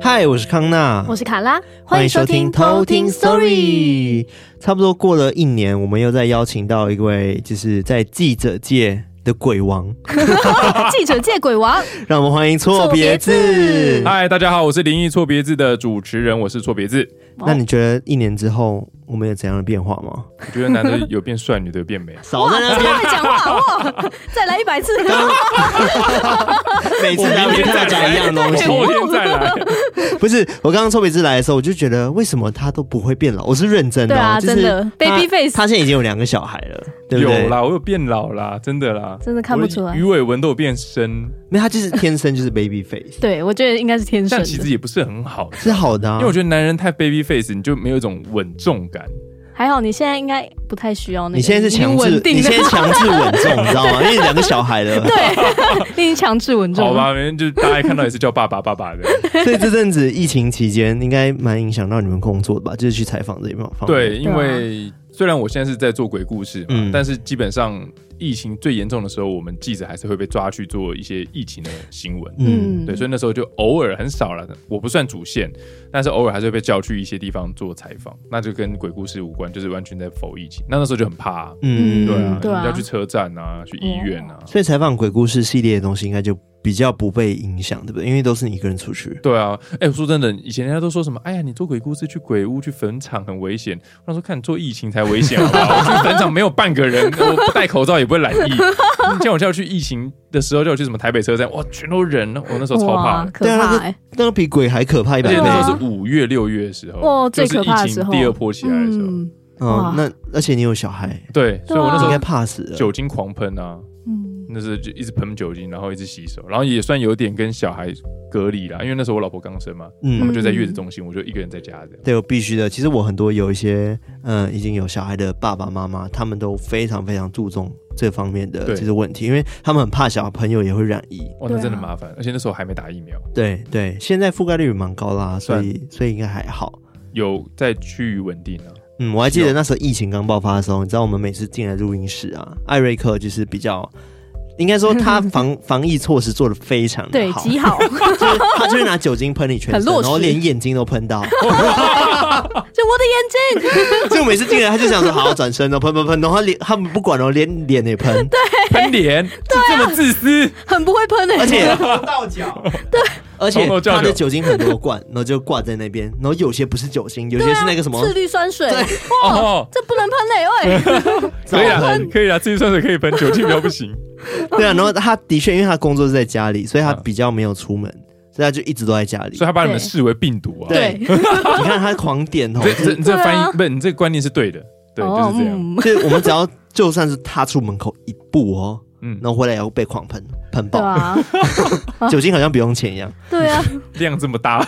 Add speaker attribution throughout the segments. Speaker 1: 嗨，我是康娜，
Speaker 2: 我是卡拉，
Speaker 1: 嗯欢迎收听偷听 Story。差不多过了一年，我们又再邀请到一位，就是在记者界的鬼王，
Speaker 2: 记者界鬼王，
Speaker 1: 让我们欢迎错别
Speaker 2: 错别
Speaker 1: 字。
Speaker 2: 字
Speaker 3: 嗨，大家好，我是灵异错别字的主持人，我是错别字。
Speaker 1: 那你觉得一年之后我们有怎样的变化吗？。
Speaker 3: 我觉得男的有变帅，女的有变美
Speaker 1: 少在那
Speaker 2: 真
Speaker 1: 边，
Speaker 2: 的会讲话哇！ 再来一 百次，
Speaker 1: 每次来我就再讲一样东 西。
Speaker 3: 后天再来。
Speaker 1: 不是，我刚刚臭鼻子来的时候，我就觉得为什么他都不会变老？我是认真的、哦，
Speaker 2: 对啊
Speaker 1: 就是
Speaker 2: 真的
Speaker 1: 他
Speaker 2: Babyface
Speaker 1: 他现在已经有两个小孩了，对不对？
Speaker 3: 有啦，我有变老啦，真的啦，
Speaker 2: 真的看不出来
Speaker 3: 我的鱼尾纹都有变深，
Speaker 1: 没有，他就是天生就是 baby face，
Speaker 2: 对我觉得应该是天生
Speaker 3: 但其实
Speaker 2: 的，
Speaker 3: 也不是很好，
Speaker 1: 是好的、啊。
Speaker 3: 因为我觉得男人太 baby face，你就没有一种稳重感。
Speaker 2: 还好你现在应该不太需要那个，
Speaker 1: 你现在是强制
Speaker 2: 已经稳，定
Speaker 1: 你现在
Speaker 2: 了，
Speaker 1: 强制稳重，你知道吗？因为你两个小孩了，
Speaker 2: 对，你已经强制稳重
Speaker 3: 好
Speaker 2: 了，
Speaker 3: 吧，反正就是大家看到也是叫爸爸 爸爸的。
Speaker 1: 所以这阵子疫情期间应该蛮影响到你们工作的吧？就是去采访这一方面。
Speaker 3: 对，因为虽然我现在是在做鬼故事嘛，
Speaker 1: 嗯
Speaker 3: 但是基本上疫情最严重的时候，我们记者还是会被抓去做一些疫情的新闻。
Speaker 1: 嗯，
Speaker 3: 对，所以那时候就偶尔很少了，我不算主线，但是偶尔还是会被叫去一些地方做采访，那就跟鬼故事无关，就是完全在否疫情。那那时候就很怕、啊，
Speaker 1: 嗯，
Speaker 3: 对啊，
Speaker 2: 对啊
Speaker 3: 要去车站啊，去医院啊，
Speaker 1: 所以采访鬼故事系列的东西应该就比较不被影响，对不对？因为都是你一个人出去。
Speaker 3: 对啊。哎、我说真的，以前人家都说什么，哎呀，你做鬼故事去鬼屋、去坟场很危险。我想说，看做疫情才危险好不 好？我去坟场没有半个人，我不戴口罩也不会染疫。像我叫我去疫情的时候，叫我去什么台北车站，哇，全都人，我那时候超怕
Speaker 2: 哇
Speaker 3: 的。
Speaker 2: 可
Speaker 1: 对啊
Speaker 2: 怕
Speaker 1: 那个
Speaker 2: 欸，
Speaker 1: 那个比鬼还可怕一
Speaker 3: 而
Speaker 1: 百
Speaker 3: 且
Speaker 1: 倍。
Speaker 3: 哎那时候是五月、六月的时候，
Speaker 2: 啊哇，
Speaker 3: 就
Speaker 2: 最
Speaker 3: 是
Speaker 2: 可
Speaker 3: 疫
Speaker 2: 怕的时
Speaker 3: 情
Speaker 2: 候，
Speaker 3: 第二波起来的时候，
Speaker 2: 嗯啊
Speaker 1: 嗯
Speaker 2: 哇，
Speaker 1: 那而且你有小孩，
Speaker 3: 对，所以我那时
Speaker 1: 应
Speaker 3: 候
Speaker 1: 该怕死了。
Speaker 3: 酒精狂喷啊，
Speaker 2: 嗯，
Speaker 3: 那时候就一直喷酒精，然后一直洗手，然后也算有点跟小孩隔离啦，因为那时候我老婆刚生嘛，他
Speaker 1: 嗯
Speaker 3: 们，就在月子中心，我就一个人在家
Speaker 2: 啊
Speaker 3: 这样。
Speaker 1: 对我必须的。其实我很多有一些嗯、呃已经有小孩的爸爸妈妈，他们都非常非常注重这方面的
Speaker 3: 对
Speaker 1: 这些问题，因为他们很怕小朋友也会染疫。
Speaker 3: 哇，
Speaker 2: 对啊
Speaker 3: 那真的麻烦，而且那时候还没打疫苗，
Speaker 1: 对对，现在覆盖率蛮高啦，所以所以应该还好。
Speaker 3: 有在趋于稳 定啊。
Speaker 1: 嗯，我还记得那时候疫情刚爆发的时候，你知道我们每次进来录音室啊，艾瑞克就是比较，应该说他防防疫措施做的非常的
Speaker 2: 对，
Speaker 1: 好，
Speaker 2: 极 好，
Speaker 1: 就是他就会拿酒精喷你全
Speaker 2: 很
Speaker 1: 身，
Speaker 2: 落
Speaker 1: 然后
Speaker 2: 实
Speaker 1: 连眼睛都喷到，
Speaker 2: 就我的眼睛，
Speaker 1: 所以我每次进来他就想说好好转身哦，喷喷喷，然后他连他们不管哦，连脸 也喷，
Speaker 3: 喷脸，
Speaker 2: 啊
Speaker 3: 就这么自私，
Speaker 2: 很不会喷欸啊诶，
Speaker 1: 而 且到 脚，对，而且
Speaker 3: 从头到
Speaker 1: 他的
Speaker 3: 脚
Speaker 1: 酒精很多罐， 然后就挂在那边，然后有些不是酒精，
Speaker 2: 啊
Speaker 1: 有些是那个什么
Speaker 2: 次氯酸水，
Speaker 1: 对
Speaker 3: 哦，
Speaker 2: 这不能喷嘞，喂，
Speaker 3: 可以
Speaker 1: 澡
Speaker 3: 啦
Speaker 1: 盆，
Speaker 3: 可以啦，自己算是可以喷，酒精不要 不行。
Speaker 1: 对啊，然后他的确，因为他工作是在家里，所以他比较没有出门，所以他就一直都在家里
Speaker 3: 所以。他把你们视为病毒啊。
Speaker 2: 对，
Speaker 1: 你看他狂点哦头，
Speaker 3: 这
Speaker 1: 就
Speaker 3: 这
Speaker 1: 是
Speaker 3: 你这
Speaker 2: 对啊
Speaker 3: 翻译不是你这个观念是对的，对，
Speaker 2: 哦
Speaker 3: 就是这样。
Speaker 2: 嗯
Speaker 1: 就是我们只要就算是踏出门口一步哦，
Speaker 3: 嗯，
Speaker 1: 然后回来也会被狂喷喷
Speaker 2: 对
Speaker 1: 爆，
Speaker 2: 啊，
Speaker 1: 酒精好像不用钱一 样。
Speaker 2: 对 啊，
Speaker 3: 量这么大，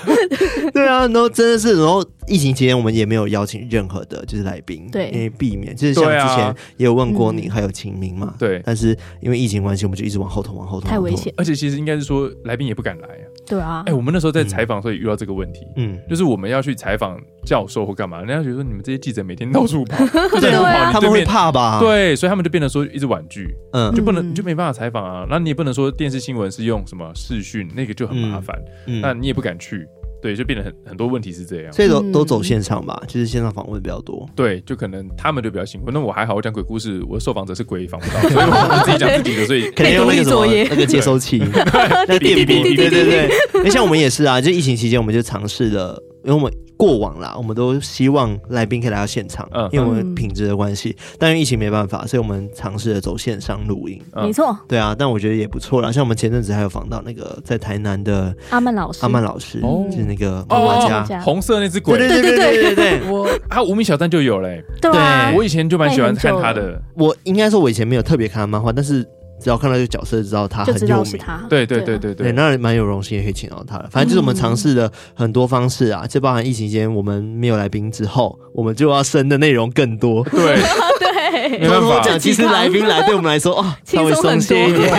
Speaker 1: 对啊，然后真的是，然后疫情期间我们也没有邀请任何的就是来宾，
Speaker 2: 对
Speaker 1: 因为避免就是像
Speaker 3: 对啊
Speaker 1: 之前也有问过你，
Speaker 2: 嗯
Speaker 1: 还有秦明嘛，
Speaker 3: 对
Speaker 1: 但是因为疫情关系，我们就一直往后拖，往后拖，
Speaker 2: 太
Speaker 1: 往后
Speaker 2: 危
Speaker 1: 拖
Speaker 2: 险，，
Speaker 3: 而且其实应该是说来宾也不敢来啊。
Speaker 2: 对啊
Speaker 3: 哎、，我们那时候在采访的时候也遇到这个问题，
Speaker 1: 嗯。
Speaker 3: 就是我们要去采访教授或干嘛，人家觉得说你们这些记者每天到处 跑，就在
Speaker 2: 对
Speaker 3: 路
Speaker 2: 啊
Speaker 1: 他
Speaker 3: 跑，你
Speaker 1: 们
Speaker 3: 对
Speaker 1: 会
Speaker 3: 面。
Speaker 1: 怕啊吧？，
Speaker 3: 对，所以他们就变得说一直婉拒，
Speaker 1: 嗯
Speaker 3: 就不能
Speaker 2: 嗯
Speaker 3: 你就没办法采访啊。那你也不能说电视新闻是用什么视讯，那个就很麻烦，
Speaker 1: 嗯
Speaker 3: 那你也不敢去，对，就变得很很多问题是这样。
Speaker 1: 所以都
Speaker 2: 嗯
Speaker 1: 都走线上吧，就是线上访问比较多。
Speaker 3: 对，就可能他们就比较辛苦。那我还好，我讲鬼故事，我受访者是鬼访不到，所以我自己讲自己的，所以
Speaker 1: 可能用那
Speaker 2: 可以独
Speaker 1: 个什
Speaker 2: 立作
Speaker 1: 么
Speaker 2: 业
Speaker 1: 那个接收 器，那个电波，
Speaker 3: 哔哔哔哔哔
Speaker 1: 对对对。那像我们也是啊，就疫情期间，我们就尝试了，因为我们过往啦，我们都希望来宾可以来到现场
Speaker 3: 嗯，
Speaker 1: 因为我们品质的关系，但因为疫情没办法，所以我们尝试了走线上录音。
Speaker 3: 嗯
Speaker 2: 没错，
Speaker 1: 对啊，但我觉得也不错啦。像我们前阵子还有访到那个在台南的
Speaker 2: 阿曼老师，
Speaker 1: 阿曼老师，
Speaker 3: 哦
Speaker 1: 就是那个
Speaker 3: 哦
Speaker 1: 漫画
Speaker 2: 哦
Speaker 1: 家
Speaker 2: 哦。
Speaker 3: 红色那只
Speaker 1: 对
Speaker 3: 鬼，
Speaker 1: 对对对对对对，
Speaker 3: 我啊，无名小站就有嘞、
Speaker 2: 对啊
Speaker 1: 对
Speaker 3: 我以前就蛮喜欢看他
Speaker 2: 那
Speaker 3: 的，
Speaker 1: 我应该说，我以前没有特别看他漫画，但是只要看到这个角色，就知道他
Speaker 2: 就
Speaker 1: 很
Speaker 2: 知
Speaker 1: 有
Speaker 2: 道是
Speaker 1: 名。
Speaker 2: 他，
Speaker 3: 对对
Speaker 4: 啊
Speaker 3: 对
Speaker 1: 对，
Speaker 3: 对对，
Speaker 1: 那也蛮有荣幸也可以请到他了。反正就是我们尝试了很多方式啊，就包含疫情期间我们没有来宾之后，我们就要生的内容更多。
Speaker 3: 对，
Speaker 2: 对，
Speaker 3: 没办法
Speaker 1: 偷偷讲，其实来宾来对我们来说，哦，
Speaker 2: 轻
Speaker 1: 稍微
Speaker 2: 松很
Speaker 1: 松
Speaker 2: 多
Speaker 1: 懈一点。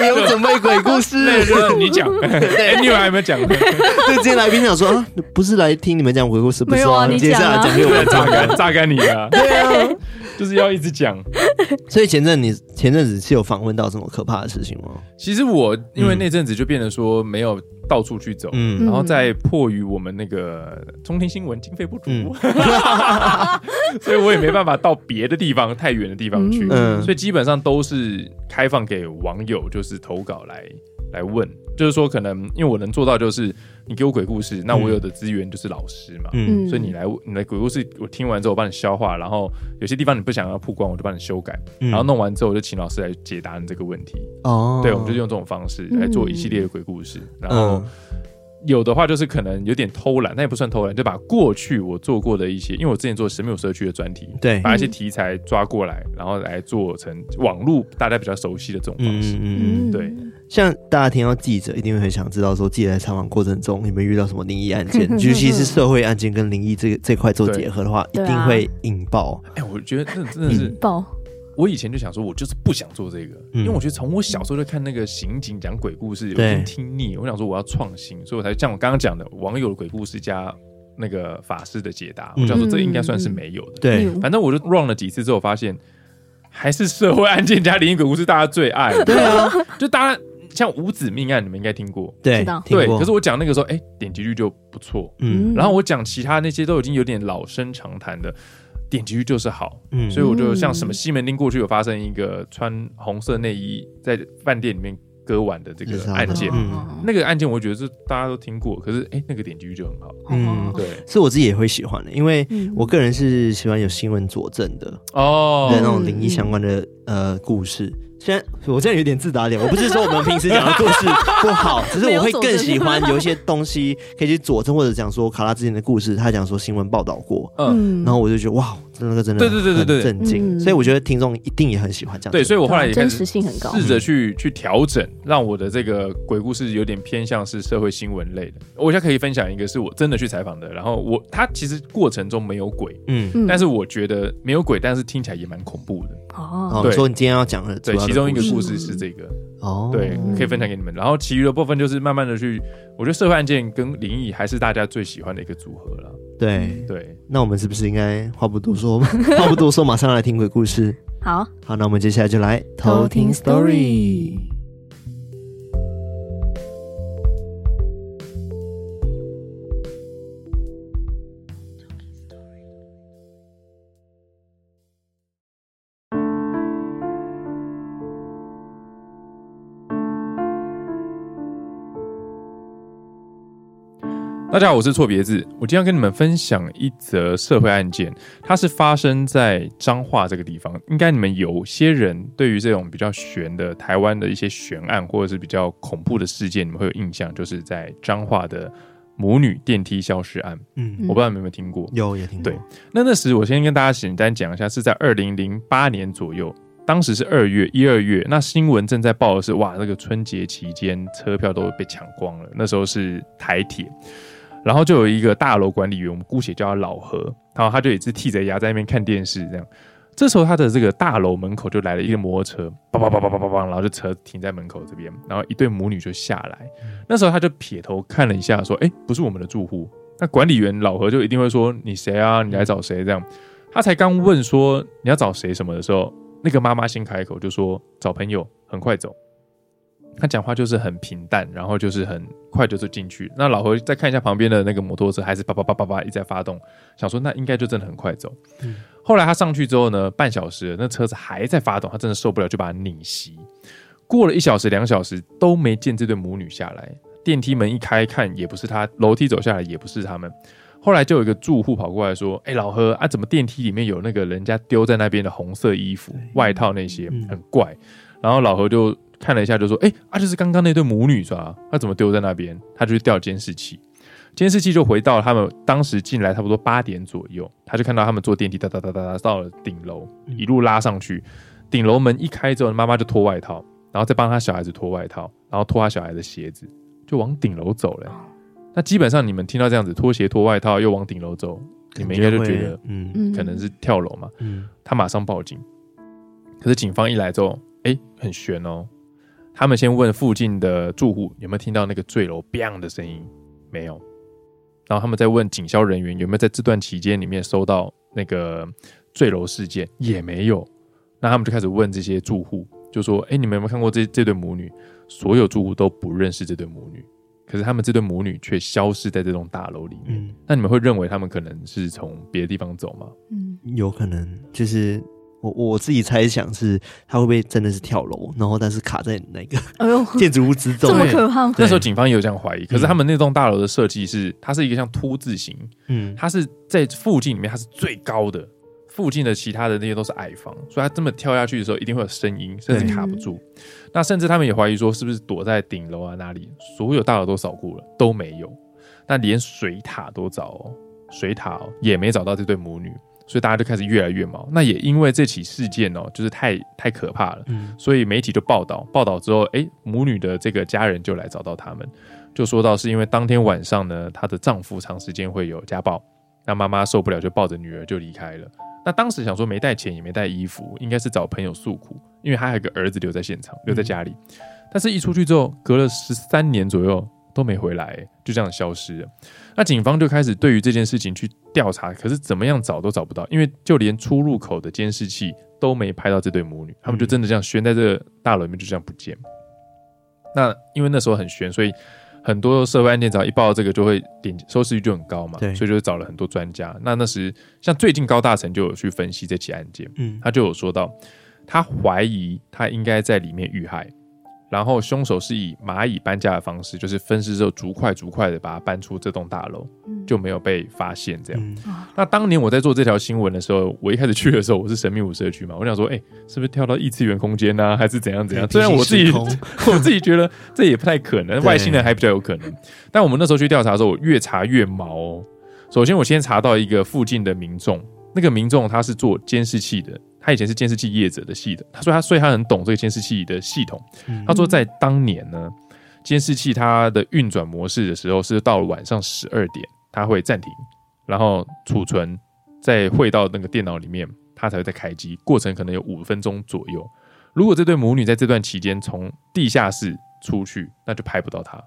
Speaker 1: 没有准备鬼故 事。
Speaker 3: 那就是你讲，哎，你有还没有讲？
Speaker 1: 对，今天来宾想说啊，不是来听你们讲鬼故事，不是
Speaker 2: 没有啊你
Speaker 1: 接下来
Speaker 2: 讲啊
Speaker 1: 讲给我们
Speaker 3: 榨
Speaker 1: 听。
Speaker 3: 干榨干你啊！对啊，就是要一直讲。
Speaker 1: 所以前阵你前阵子是有访问到什么可怕的事情吗？
Speaker 3: 其实我因为那阵子就变得说没有到处去走，
Speaker 1: 嗯，
Speaker 3: 然后再迫于我们那个中天新闻经费不足，
Speaker 1: 嗯
Speaker 3: 所以我也没办法到别的地方太远的地方去，
Speaker 1: 嗯
Speaker 3: 所以基本上都是开放给网友，就是投稿来来问，就是说可能因为我能做到就是你给我鬼故事，那我有的资源就是老师嘛。
Speaker 1: 嗯
Speaker 3: 所以你来，你的鬼故事我听完之后，我帮你消化，然后有些地方你不想要曝光，我就帮你修改，
Speaker 1: 嗯
Speaker 3: 然后弄完之后，我就请老师来解答你这个问题。
Speaker 1: 哦，
Speaker 3: 对，我们就用这种方式来做一系列的鬼故事，然后
Speaker 1: 嗯
Speaker 3: 有的话就是可能有点偷懒，但也不算偷懒，就把过去我做过的一些，因为我之前做神秘有社区的专题，
Speaker 1: 对，
Speaker 3: 把一些题材抓过来，然后来做成网络大家比较熟悉的这种
Speaker 1: 嗯
Speaker 3: 方式。
Speaker 1: 嗯嗯嗯，
Speaker 3: 对
Speaker 1: 像大家听到记者，一定会很想知道说，记者在采访过程中有没有遇到什么灵异 案件，尤其是社会案件跟灵异这个这块做结合的话，一
Speaker 2: 对啊
Speaker 1: 定会引爆。
Speaker 3: 哎、我觉得这
Speaker 1: 嗯
Speaker 3: 真的是，
Speaker 2: 爆，
Speaker 3: 我以前就想说，我就是不想做这个，
Speaker 1: 嗯
Speaker 3: 因为我觉得从我小时候就看那个刑警讲鬼故事，我已
Speaker 1: 对
Speaker 3: 经听腻了，我想说我要创新，所以我才像我刚刚讲的网友的鬼故事加那个法师的解答，我想说这应该算是没有的。
Speaker 1: 对，
Speaker 2: 嗯
Speaker 3: 反正我就 run 了几次之后，发现还是社会案件加灵异鬼故事大家最爱。对 啊， 就大家像五子命案，你们应该听过。
Speaker 1: 对
Speaker 2: 知道，
Speaker 1: 听
Speaker 3: 对，
Speaker 1: 过
Speaker 3: 可是我讲那个时候，哎、点击率就不错。
Speaker 1: 嗯
Speaker 3: 然后我讲其他那些都已经有点老生常谈的，点击率就是好。
Speaker 1: 嗯，
Speaker 3: 所以我就像
Speaker 2: 嗯
Speaker 3: 什么西门町过去有发生一个穿红色内衣在饭店里面割腕的这
Speaker 1: 自杀
Speaker 3: 个
Speaker 1: 的
Speaker 3: 案件，
Speaker 1: 嗯
Speaker 3: 那个案件我觉得是大家都听过，可是哎、那个点击率就很好。
Speaker 1: 嗯
Speaker 3: 对，
Speaker 1: 是我自己也会喜欢的，因为
Speaker 2: 嗯
Speaker 1: 我个人是喜欢有新闻佐证的，
Speaker 3: 哦
Speaker 1: 对那种灵异相关的呃故事。虽然我这样有点自打脸，我不是说我们平时讲的故事不好，只是我会更喜欢有一些东西可以去佐证，或者讲说卡拉之前的故事，他讲说新闻报道过，
Speaker 3: 嗯，
Speaker 1: 然后我就觉得哇，真的那个真的
Speaker 3: 对对对对对
Speaker 1: 很震惊，
Speaker 2: 嗯
Speaker 1: 所以我觉得听众一定也很喜欢这样。
Speaker 3: 对，所以我后来也开
Speaker 2: 真
Speaker 3: 始
Speaker 2: 实性很高，
Speaker 3: 试着去去调整，让我的这个鬼故事有点偏向是社会新闻类的。我现在可以分享一个是我真的去采访的，然后我他其实过程中没有鬼，
Speaker 1: 嗯，
Speaker 2: 嗯
Speaker 3: 但是我觉得没有鬼，但是听起来也蛮恐怖的。
Speaker 2: 哦，
Speaker 1: 哦，
Speaker 3: 对
Speaker 1: 你说你今天要讲的主
Speaker 3: 对，
Speaker 1: 要的
Speaker 3: 其中一个
Speaker 1: 故
Speaker 3: 故
Speaker 1: 事
Speaker 3: 事是这个，
Speaker 1: 哦，
Speaker 3: 对，可以分享给你们。然后其余的部分就是慢慢的去，我觉得社会案件跟灵异还是大家最喜欢的一个组合了。
Speaker 1: 对，
Speaker 3: 对，
Speaker 1: 那我们是不是应该话不多说， 话不多说，马上来听鬼故事？
Speaker 2: 好，
Speaker 1: 好，那我们接下来就来
Speaker 2: 偷听 story
Speaker 3: 大家好，我是错别字。我今天要跟你们分享一则社会案件，它是发生在彰化这个地方。应该你们有些人对于这种比较悬的台湾的一些悬案，或者是比较恐怖的事件，你们会有印象，就是在彰化的母女电梯消失案。
Speaker 1: 嗯，
Speaker 2: 嗯
Speaker 3: 我不知道你们有没有听过。
Speaker 1: 有也听过
Speaker 3: 对，那那时我先跟大家简单讲一下，是在二零零八年左右，当时是二月一二月，那新闻正在报的是哇，那个春节期间车票都被抢光了，那时候是台铁。然后就有一个大楼管理员，我们姑且叫他老何，然后他就有一只剃着牙在那边看电视，这样。这时候他的这个大楼门口就来了一个摩托车，叭叭叭叭叭叭叭，然后就车停在门口这边，然后一对母女就下来。那时候他就撇头看了一下，说：“哎，不是我们的住户。”那管理员老何就一定会说：“你谁啊？你来找谁？”这样，他才刚问说你要找谁什么的时候，那个妈妈先开口就说：“找朋友，很快走。”他讲话就是很平淡，然后就是很快就是进去。那老何再看一下旁边的那个摩托车，还是叭叭叭叭叭一直在发动，想说那应该就真的很快走。后来他上去之后呢，半小时了那车子还在发动，他真的受不了，就把它拧熄。过了一小时、两小时都没见这对母女下来，电梯门一开看也不是他，楼梯走下来也不是他们。后来就有一个住户跑过来说：“哎、老何啊，怎么电梯里面有那个人家丢在那边的红色衣服、外套那些，
Speaker 1: 嗯
Speaker 3: 很怪。”然后老何就看了一下，就说：“哎、啊，就是刚刚那对母女是吧？他怎么丢在那边？他就去调监视器，监视器就回到他们当时进来差不多八点左右，他就看到他们坐电梯哒哒哒哒哒到了顶楼，一路拉上去。顶楼门一开之后，妈妈就脱外套，然后再帮他小孩子脱外套，然后脱他小孩的鞋子，就往顶楼走了、那基本上你们听到这样子脱鞋脱外套又往顶楼走，你们应该就觉得
Speaker 1: 嗯
Speaker 2: 嗯，
Speaker 3: 可能是跳楼嘛。
Speaker 1: 嗯
Speaker 3: 他马上报警。可是警方一来之后，哎、很悬哦。他们先问附近的住户有没有听到那个坠楼 “bang” 的声音，没有。然后他们再问警消人员有没有在这段期间里面收到那个坠楼事件，也没有。那他们就开始问这些住户，就说：“哎，你们有没有看过这这对母女？”所有住户都不认识这对母女，可是他们这对母女却消失在这栋大楼里面。
Speaker 1: 嗯，
Speaker 3: 那你们会认为他们可能是从别的地方走吗？
Speaker 4: 嗯，
Speaker 1: 有可能就是我我自己猜想是他会不会真的是跳楼，然后但是卡在那 个
Speaker 4: 哎呦，
Speaker 1: 建筑物之
Speaker 4: 这
Speaker 1: 中
Speaker 4: 么
Speaker 3: 对。
Speaker 4: 可怕吗？
Speaker 3: 那时候警方也有这样怀疑，可是他们那栋大楼的设计是，它是一个像凸字形，
Speaker 1: 嗯，
Speaker 3: 它是在附近里面它是最高的，附近的其他的那些都是矮房，所以它这么跳下去的时候一定会有声音，甚至卡不住。那甚至他们也怀疑说是不是躲在顶楼啊哪里，所有大楼都扫过了都没有，那连水塔都找哦，水塔、哦、也没找到这对母女，所以大家就开始越来越毛。那也因为这起事件哦，就是太太可怕了。
Speaker 1: 嗯
Speaker 3: 所以媒体就报道，报道之后，诶，母女的这个家人就来找到他们，就说到是因为当天晚上呢，她的丈夫长时间会有家暴，那妈妈受不了就抱着女儿就离开了。那当时想说没带钱也没带衣服，应该是找朋友诉苦，因为她还有一个儿子留在现场，留在家里。但是，一出去之后，隔了十三年左右都没回来、诶就这样消失了。那警方就开始对于这件事情去调查，可是怎么样找都找不到，因为就连出入口的监视器都没拍到这对母女，他们就真的这样悬在这个大楼里面，就这样不见。那因为那时候很悬，所以很多社会案件只要一报到这个，就会点收视率就很高嘛，
Speaker 1: 对
Speaker 3: 所以就找了很多专家。那那时像最近高大成就有去分析这起案件，
Speaker 1: 嗯，
Speaker 3: 他就有说到，他怀疑他应该在里面遇害，然后凶手是以蚂蚁搬家的方式，就是分尸之后逐块逐块的把它搬出这栋大楼，
Speaker 4: 嗯
Speaker 3: 就没有被发现这样。
Speaker 1: 嗯
Speaker 3: 那当年我在做这条新闻的时候，我一开始去的时候，我是神秘五社区嘛，我想说，哎、是不是跳到异次元空间呢、还是怎
Speaker 1: 嗯
Speaker 3: 样怎样？虽然我自己 我自己觉得这也不太可能，
Speaker 1: 对
Speaker 3: 外星人还比较有可能。但我们那时候去调查的时候，我越查越毛哦。首先，我先查到一个附近的民众，那个民众他是做监视器的，他以前是监视器业者的系的，他说他所以他很懂这个监视器的系统。
Speaker 1: 嗯
Speaker 3: 他说在当年呢，监视器它的运转模式的时候是到了晚上十二点，它会暂停，然后储存，再汇到那个电脑里面，它才会再开机，过程可能有五分钟左右。如果这对母女在这段期间从地下室出去，那就拍不到她。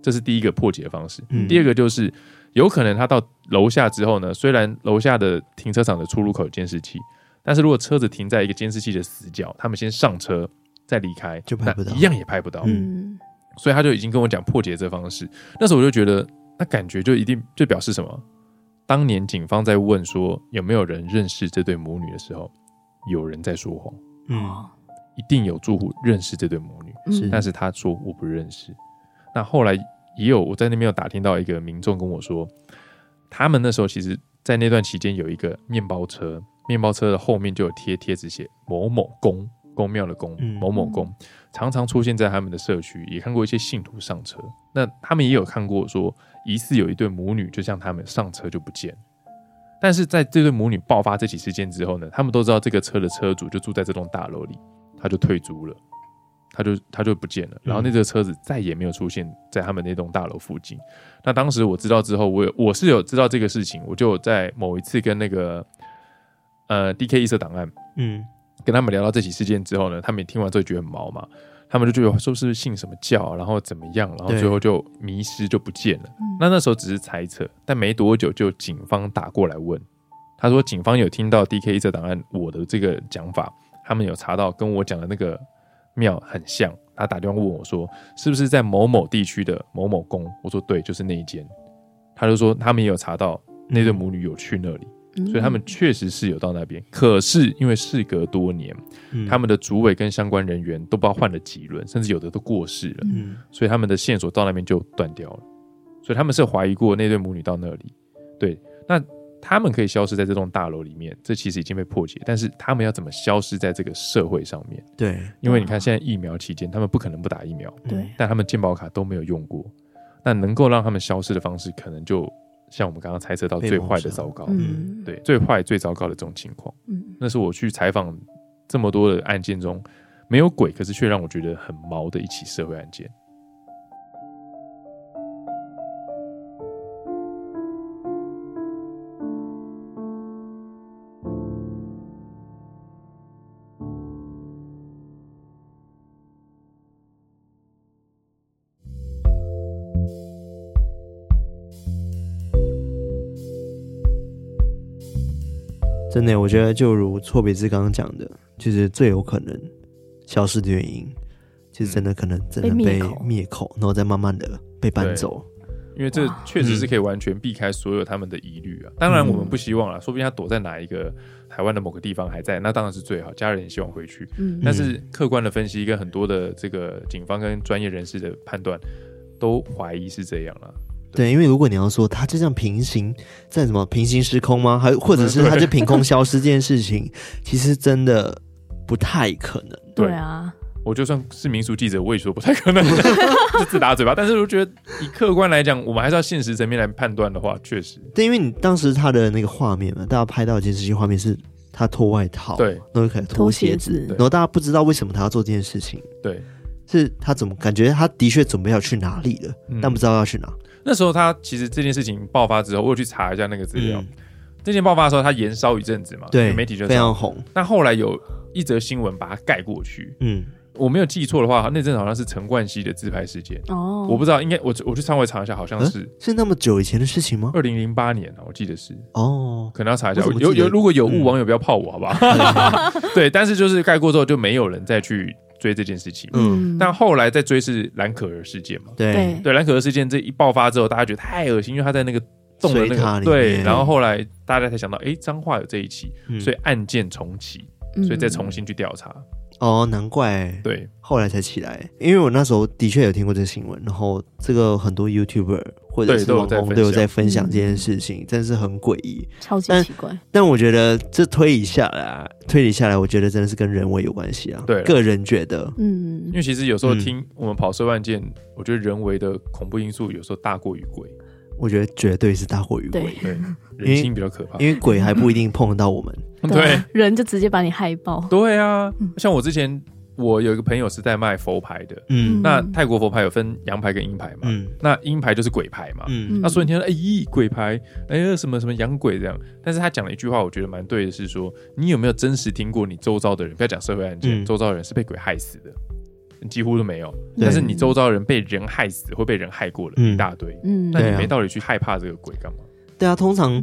Speaker 3: 这是第一个破解的方式。
Speaker 1: 嗯
Speaker 3: 第二个就是，有可能她到楼下之后呢，虽然楼下的停车场的出入口有监视器，但是如果车子停在一个监视器的死角，他们先上车再离开，
Speaker 1: 就拍不到
Speaker 3: 那一样也拍不到。
Speaker 4: 嗯，
Speaker 3: 所以他就已经跟我讲破解这方式。那时候我就觉得，那感觉就一定就表示什么？当年警方在问说有没有人认识这对母女的时候，有人在说谎，
Speaker 1: 嗯
Speaker 3: 一定有住户认识这对母女，
Speaker 4: 哦嗯
Speaker 1: 是
Speaker 3: 但是他说我不认识。那后来也有我在那边有打听到一个民众跟我说，他们那时候其实在那段期间有一个面包车，面包车的后面就有贴贴纸写某某宫宫庙的宫
Speaker 1: 嗯
Speaker 3: 某某宫，常常出现在他们的社区，也看过一些信徒上车。那他们也有看过说，疑似有一对母女就像他们上车就不见。但是在这对母女爆发这起事件之后呢，他们都知道这个车的车主就住在这栋大楼里，他就退租了，他就他就不见了。然后那个车子再也没有出现在他们那栋大楼附近。那当时我知道之后，我有我是有知道这个事情，我就有在某一次跟那个呃 D K 一色档案
Speaker 1: 嗯
Speaker 3: 跟他们聊到这起事件之后呢，他们也听完之后觉得很毛嘛，他们就觉得说是不是信什么教，啊然后怎么样，然后
Speaker 1: 对
Speaker 3: 最后就迷失就不见了
Speaker 4: 嗯。
Speaker 3: 那那时候只是猜测，但没多久就警方打过来问，他说警方有听到 D K E 这档案我的这个讲法，他们有查到跟我讲的那个庙很像，他打电话问我说是不是在某某地区的某某宫，我说对，就是那一间，他就说他们也有查到那对母女有去那里。
Speaker 4: 嗯
Speaker 3: 所以他
Speaker 1: 嗯
Speaker 3: 们确实是有到那边，可是因为事隔多年，
Speaker 1: 嗯
Speaker 3: 他们的主委跟相关人员都不知道换了几轮，甚至有的都过世了，
Speaker 1: 嗯
Speaker 3: 所以他们的线索到那边就断掉了。所以他们是怀疑过那对母女到那里。对，那他们可以消失在这栋大楼里面，这其实已经被破解，但是他们要怎么消失在这个社会上面？
Speaker 1: 对嗯
Speaker 3: 因为你看现在疫苗期间，他们不可能不打疫苗，
Speaker 4: 对，
Speaker 3: 但他们健保卡都没有用过，那能够让他们消失的方式，可能就像我们刚刚猜测到
Speaker 1: 被
Speaker 3: 最
Speaker 1: 谋
Speaker 3: 坏的
Speaker 1: 杀
Speaker 3: 糟糕。
Speaker 4: 嗯，
Speaker 3: 对，最坏最糟糕的这种情况，
Speaker 4: 嗯，
Speaker 3: 那是我去采访这么多的案件中，没有鬼，可是却让我觉得很毛的一起社会案件。
Speaker 1: 真的，我觉得就如错别字刚刚讲的，就是最有可能消失的原因，就是真的可能真的
Speaker 4: 被灭
Speaker 1: 被
Speaker 4: 口
Speaker 1: 灭口，然后再慢慢的被搬
Speaker 3: 对
Speaker 1: 走。
Speaker 3: 因为这确实是可以完全避开所有他们的疑虑啊。当然，我们不希望啊，说不定他躲在哪一个台湾的某个地方还在，那当然是最好，家人也希望回去。
Speaker 4: 嗯
Speaker 3: 但是客观的分析跟很多的这个警方跟专业人士的判断，都怀疑是这样了。
Speaker 1: 对，因为如果你要说他就这样平行在什么平行时空吗？还或者
Speaker 3: 嗯
Speaker 1: 是他就凭空消失这件事 情，其实真的不太可能。
Speaker 4: 对啊，
Speaker 3: 我就算是民俗记者，我也说不太 可能，就自打嘴巴。但是我觉得以客观来讲，我们还是要现实层面来判断的话，确实
Speaker 1: 对，因为你当时他的那个画面嘛，大家拍到一件事情画面是他脱外套，，
Speaker 3: 对
Speaker 1: 然后开始脱
Speaker 4: 脱鞋
Speaker 1: 鞋子，
Speaker 4: 子
Speaker 3: 对
Speaker 1: 然后大家不知道为什么他要做这件事情，
Speaker 3: 对。
Speaker 1: 是他怎么感觉他的确准备要去哪里了，
Speaker 3: 嗯
Speaker 1: 但不知道要去哪。
Speaker 3: 那时候他其实这件事情爆发之后，我有去查一下那个资料。
Speaker 1: 嗯
Speaker 3: 这件爆发的时候，他延烧一阵子嘛，
Speaker 1: 对，
Speaker 3: 媒体就
Speaker 1: 非
Speaker 3: 上
Speaker 1: 常红，
Speaker 3: 那后来有一则新闻把它盖过去，
Speaker 1: 嗯，
Speaker 3: 我没有记错的话，那阵好像是陈冠希的自拍事件，
Speaker 4: 哦，
Speaker 3: 我不知道，应该我我去稍微查一下，好
Speaker 1: 嗯
Speaker 3: 像是
Speaker 1: 是那么久以前的事情 吗？
Speaker 3: 二零零八年啊，我记得是，
Speaker 1: 哦，
Speaker 3: 可能要查一下
Speaker 1: 我怎。么
Speaker 3: 有
Speaker 1: 记得
Speaker 3: 有如果有误，
Speaker 1: 嗯
Speaker 3: 网友不要泡我，好不好？对，但是就是盖过之后就没有人再去追这件事情。
Speaker 1: 嗯，
Speaker 3: 但后来再追是蓝可儿事件嘛，
Speaker 1: 对，
Speaker 4: 对
Speaker 3: 对，蓝可儿事件这一爆发之后，大家觉得太恶心，因为他在那个动的
Speaker 1: 水
Speaker 3: 那
Speaker 1: 塔
Speaker 3: 个
Speaker 1: 里
Speaker 3: 对，
Speaker 1: 面
Speaker 3: 然后后来大家才想到，哎，彰化有这一起，
Speaker 1: 嗯
Speaker 3: 所以案件重启，
Speaker 4: 嗯
Speaker 3: 所以再重新去调查。
Speaker 1: 哦，难怪
Speaker 3: 对，
Speaker 1: 后来才起来，因为我那时候的确有听过这个新闻，然后这个很多 YouTuber 或者
Speaker 3: 对
Speaker 1: 是
Speaker 3: 都有
Speaker 1: 网
Speaker 3: 在
Speaker 1: 红
Speaker 3: 分
Speaker 1: 都有
Speaker 3: 享
Speaker 1: 在分享
Speaker 4: 嗯
Speaker 1: 这件事情，真是很诡异。
Speaker 4: 超级
Speaker 1: 但
Speaker 4: 奇怪，
Speaker 1: 但我觉得这推理下来啊，推理下来，我觉得真的是跟人为有关系啊。
Speaker 3: 对
Speaker 1: 个人觉得，
Speaker 4: 嗯
Speaker 3: 因，为其实有时候
Speaker 1: 嗯
Speaker 3: 听我们跑社会案件，我觉得人为的恐怖因素有时候大过于鬼，
Speaker 1: 我觉得绝对是大火于鬼
Speaker 4: 对，
Speaker 1: 因
Speaker 3: 对，
Speaker 1: 为
Speaker 3: 人心比较可怕
Speaker 1: 因。为鬼还不一定碰得到我们。
Speaker 3: 对
Speaker 4: 啊，人就直接把你害爆，
Speaker 3: 对啊
Speaker 4: 嗯，
Speaker 3: 像我之前我有一个朋友是在卖佛牌的，
Speaker 1: 嗯
Speaker 3: 那泰国佛牌有分洋牌跟阴牌嘛，
Speaker 1: 嗯
Speaker 3: 那阴牌就是鬼牌嘛。
Speaker 1: 嗯
Speaker 4: 嗯
Speaker 3: 那所以你听到哎咦鬼牌，哎呀什么什么洋鬼这样，但是他讲了一句话，我觉得蛮对的，是说你有没有真实听过你周遭的人，不要讲社会案件，
Speaker 1: 嗯
Speaker 3: 周遭的人是被鬼害死的，几乎都没有。
Speaker 1: 对
Speaker 3: 但是你周遭的人被人害死，或被人害过的
Speaker 1: 嗯
Speaker 3: 一大堆，
Speaker 4: 嗯，
Speaker 3: 那
Speaker 1: 对
Speaker 3: 你
Speaker 1: 啊
Speaker 3: 没道理去害怕这个鬼干嘛？
Speaker 1: 对啊，通常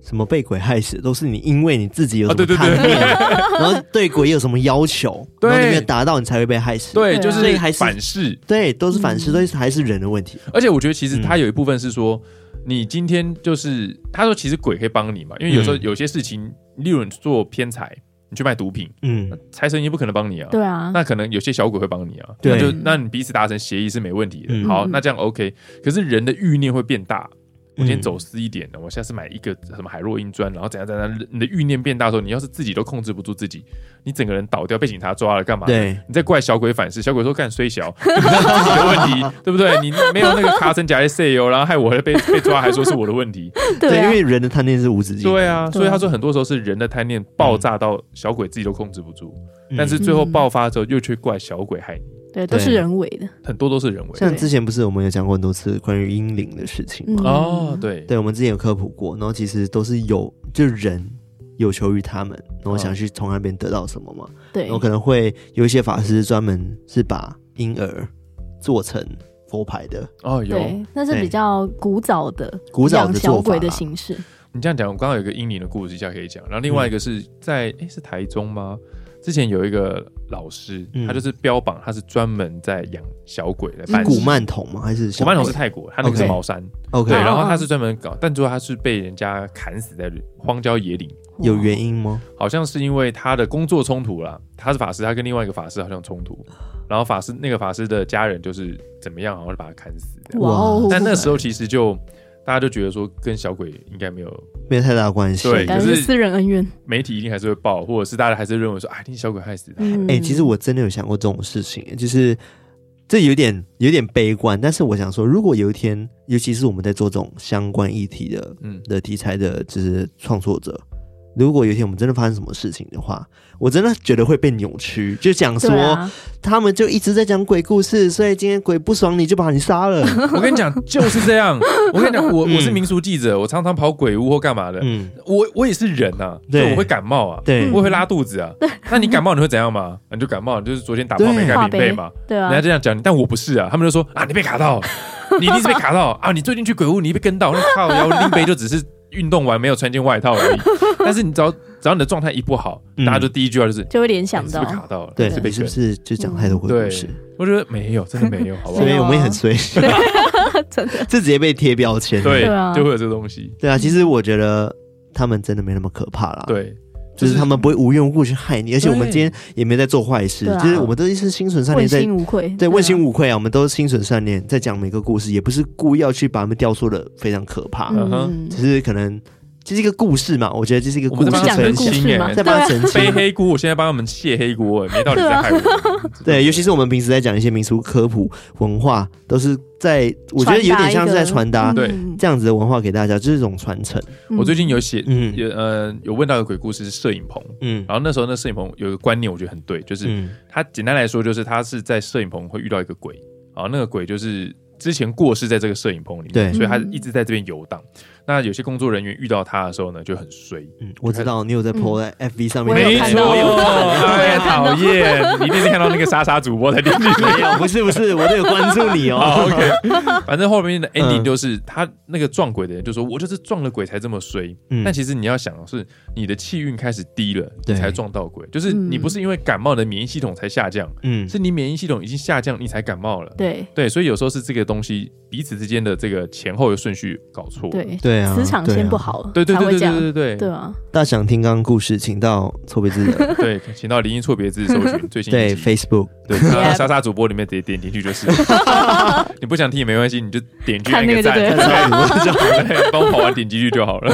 Speaker 1: 什么被鬼害死，都是你因为你自己有
Speaker 3: 啊
Speaker 1: 什么
Speaker 3: 对对
Speaker 1: 贪
Speaker 3: 对
Speaker 1: 念，然后对鬼有什么要求，
Speaker 3: 对
Speaker 1: 然后你没有达到，你才会被害死。
Speaker 4: 对
Speaker 3: 对，
Speaker 4: 啊
Speaker 3: 就是
Speaker 1: 所以还是
Speaker 3: 反噬。
Speaker 1: 对，都是反噬，
Speaker 4: 嗯
Speaker 1: 都是还是人的问题。
Speaker 3: 而且我觉得其实
Speaker 1: 嗯
Speaker 3: 他有一部分是说，你今天就是他说其实鬼可以帮你嘛，因为有时候
Speaker 1: 嗯
Speaker 3: 有些事情，例如你做偏财，你去卖毒品，
Speaker 1: 嗯
Speaker 3: 那，财神爷不可能帮你啊。
Speaker 4: 对啊，
Speaker 3: 那可能有些小鬼会帮你啊，
Speaker 1: 对
Speaker 3: 那就那你彼此达成协议是没问题的。
Speaker 1: 嗯
Speaker 3: 好，
Speaker 4: 嗯
Speaker 3: 那这样 OK。可是人的欲念会变大，我今天
Speaker 1: 嗯
Speaker 3: 走私一点，我下次买一个什么海洛因砖，然后怎样怎样，你的欲念变大的时候，你要是自己都控制不住自己，你整个人倒掉，被警察抓了干嘛？
Speaker 1: 对，
Speaker 3: 你在怪小鬼反噬，小鬼说干虽小， 你看自己的问题，对不对？你没有那个卡森夹在 C 油，然后害我被 被抓，还说是我的问题。
Speaker 4: 对
Speaker 1: 因
Speaker 4: 啊，
Speaker 1: 为人的贪念是无止境。
Speaker 3: 对啊，所以他说很多时候是人的贪念爆炸到小鬼自己都控制不住，
Speaker 1: 嗯，
Speaker 3: 但是最后爆发之后又去怪小鬼害你，
Speaker 4: 对，都是
Speaker 1: 对
Speaker 4: 人为的，
Speaker 3: 很多都是人为的。
Speaker 1: 像之前不是我们有讲过很多次关于阴灵的事情吗？
Speaker 4: 嗯
Speaker 3: 哦，，对，
Speaker 1: 对，我们之前有科普过，然后其实都是有就是人有求于他们，然后想
Speaker 3: 嗯
Speaker 1: 去从那边得到什么嘛。
Speaker 4: 对
Speaker 1: 然后，可能会有一些法师专门是把婴儿做成佛牌的，
Speaker 3: 哦，有
Speaker 4: 对，那是比较古早的
Speaker 1: 古早
Speaker 4: 养
Speaker 1: 的
Speaker 4: 小
Speaker 1: 做法
Speaker 4: 鬼
Speaker 1: 啦
Speaker 4: 的形式，
Speaker 3: 你这样讲，我刚刚有一个阴灵的故事，一下可以讲。然后另外一个是在诶，是台中吗？之前有一个老师，
Speaker 1: 嗯
Speaker 3: 他就是标榜他是专门在养小鬼来办
Speaker 1: 是
Speaker 3: 事。
Speaker 1: 古曼童嘛，还是
Speaker 3: 古曼童是泰国，他那个是
Speaker 1: OK
Speaker 3: 茅山。
Speaker 1: OK
Speaker 3: 对，
Speaker 4: 哦
Speaker 3: 然后他是专门搞，但最后他是被人家砍死在荒郊野岭，
Speaker 1: 有原因吗？
Speaker 3: 好像是因为他的工作冲突啦。他是法师，他跟另外一个法师好像冲突，然后法师那个法师的家人就是怎么样，然后就把他砍死这样。
Speaker 4: 哇哦，
Speaker 3: 但那时候其实就大家就觉得说跟小鬼应该没有，
Speaker 1: 没有太大关系。
Speaker 3: 对
Speaker 4: 感
Speaker 3: 可
Speaker 4: 觉
Speaker 3: 是
Speaker 4: 私人恩怨，
Speaker 3: 媒体一定还是会报，或者是大家还是认为说，哎，一定是小鬼害死的。
Speaker 4: 嗯，
Speaker 1: 哎、其实我真的有想过这种事情，就是这有点有点悲观，但是我想说，如果有一天，尤其是我们在做这种相关议题的
Speaker 3: 嗯，
Speaker 1: 的题材的，就是创作者。如果有一天我们真的发生什么事情的话，我真的觉得会被扭曲，就讲说、
Speaker 4: 对啊，
Speaker 1: 他们就一直在讲鬼故事，所以今天鬼不爽你就把你杀了。
Speaker 3: 我跟你讲就是这样。我跟你讲，我
Speaker 1: 嗯
Speaker 3: 我是民俗记者，我常常跑鬼屋或干嘛的，
Speaker 1: 嗯，
Speaker 3: 我我也是人呐，
Speaker 1: 对
Speaker 3: 所以我会感冒啊，
Speaker 1: 对
Speaker 3: 我也会拉肚子啊。那你感冒你会怎样嘛？你就感冒，你就是昨天打泡
Speaker 1: 对
Speaker 3: 没盖棉被嘛。
Speaker 4: 对
Speaker 3: 人
Speaker 4: 啊
Speaker 3: 家，这样讲你，但我不是啊。他们就说啊，你被 卡到了，你一定是被卡到啊。你最 近去鬼屋，你被跟到，那靠腰拎杯就只是运动完没有穿件外套而已。但是你只要只要你的状态一不好，
Speaker 1: 嗯
Speaker 3: 大家就第一句话就是
Speaker 4: 就会联想
Speaker 3: 哎是
Speaker 4: 到
Speaker 3: 不是。卡到了，
Speaker 1: 对，
Speaker 3: 是
Speaker 1: 你
Speaker 3: 被
Speaker 1: 是不
Speaker 3: 坑。
Speaker 1: 是就讲太多鬼故
Speaker 3: 对
Speaker 1: 事？，
Speaker 3: 我觉得没有，真的没有，好不
Speaker 1: 所
Speaker 3: 好
Speaker 4: 对？
Speaker 1: 以我们也很衰，
Speaker 4: 啊 真的，
Speaker 1: 这直接被贴标签。
Speaker 3: 对
Speaker 4: 对啊，
Speaker 3: 就会有这个东西。
Speaker 1: 对啊，其实我觉得他们真的没那么可怕啦。。
Speaker 3: 对，
Speaker 1: 就是他们不会无缘无故去害你，而且我们今天也没在做坏事，
Speaker 4: 对啊
Speaker 1: 就是我们都是心存善
Speaker 4: 问
Speaker 1: 念在，
Speaker 4: 心无愧。啊
Speaker 1: 对，问心
Speaker 4: 无
Speaker 1: 无愧啊，我们都是心存善念在讲每个故事，也不是故意要去把他们雕塑的非常可怕，
Speaker 3: 嗯哼
Speaker 4: 嗯
Speaker 1: 只，是可能这是一个故事嘛，我觉得这是一个
Speaker 3: 我
Speaker 1: 故
Speaker 3: 们
Speaker 1: 事啊
Speaker 3: 在帮
Speaker 4: 讲个
Speaker 3: 他
Speaker 1: 分
Speaker 3: 澄
Speaker 4: 故事
Speaker 1: 析，
Speaker 3: 清
Speaker 4: 嘛啊
Speaker 3: 哎，
Speaker 1: 在帮他澄
Speaker 3: 背
Speaker 1: 清。
Speaker 3: 黑锅，我现在帮他们卸黑锅，哎没道理在害我们。
Speaker 1: 对，尤其是我们平时在讲一些民俗科普文化，都是在我觉得有点像是在传
Speaker 4: 嗯
Speaker 1: 达
Speaker 3: 对
Speaker 1: 这样子的文化给大家，就是一种传承。
Speaker 3: 我最近有写，
Speaker 1: 嗯
Speaker 3: 也呃有问到一个鬼故事是摄影棚，
Speaker 1: 嗯
Speaker 3: 然后那时候那摄影棚有一个观念，我觉得很对，就是
Speaker 1: 嗯
Speaker 3: 他简单来说就是他是在摄影棚会遇到一个鬼，然后那个鬼就是之前过世在这个摄影棚里
Speaker 1: 对
Speaker 3: 面，所以他一直在这边游荡。那有些工作人员遇到他的时候呢，就很衰。
Speaker 1: 嗯，我知道你有在 PO 在 FB 上面，
Speaker 4: 我有
Speaker 3: 没
Speaker 4: 看
Speaker 3: 错，
Speaker 4: 到我有
Speaker 3: 哎呀，
Speaker 4: 我有看到
Speaker 3: 讨厌！你一定是看到那个莎莎主播才进去。
Speaker 1: 没有，不是不是，我都有关注你
Speaker 3: 好
Speaker 1: 哦。
Speaker 3: ，OK。反正后面的 ending
Speaker 1: 嗯
Speaker 3: 就是他那个撞鬼的人就说：“我就是撞了鬼才这么衰。”
Speaker 1: 嗯
Speaker 3: 但其实你要想的是，你的气运开始低了，你
Speaker 1: 对
Speaker 3: 才撞到鬼。就是你
Speaker 4: 嗯
Speaker 3: 不是因为感冒你的免疫系统才下降，
Speaker 1: 嗯，
Speaker 3: 是你免疫系统已经下降，你才感冒了。
Speaker 4: 对
Speaker 3: 对，所以有时候是这个东西彼此之间的这个前后的顺序搞错。
Speaker 4: 对
Speaker 1: 对啊
Speaker 4: 磁场
Speaker 1: 对啊
Speaker 4: 先不好，
Speaker 3: 对对
Speaker 4: 才会
Speaker 3: 对对
Speaker 4: 这样
Speaker 3: 对对
Speaker 4: 对
Speaker 3: 对
Speaker 4: 啊，
Speaker 1: 大家想听刚刚故事，请到错别字 的
Speaker 3: 对，请到灵异错别字搜寻最新一
Speaker 1: 对
Speaker 3: 集，
Speaker 1: Facebook，
Speaker 3: 对，看到
Speaker 4: Yeah
Speaker 3: 莎莎主播里面直接点进去就是。 你不想听也没关系，你就点进去
Speaker 4: 看
Speaker 3: 按
Speaker 4: 那个
Speaker 3: 个
Speaker 4: 就
Speaker 3: 赞，
Speaker 4: 对
Speaker 3: 对帮我跑完点进去就好了。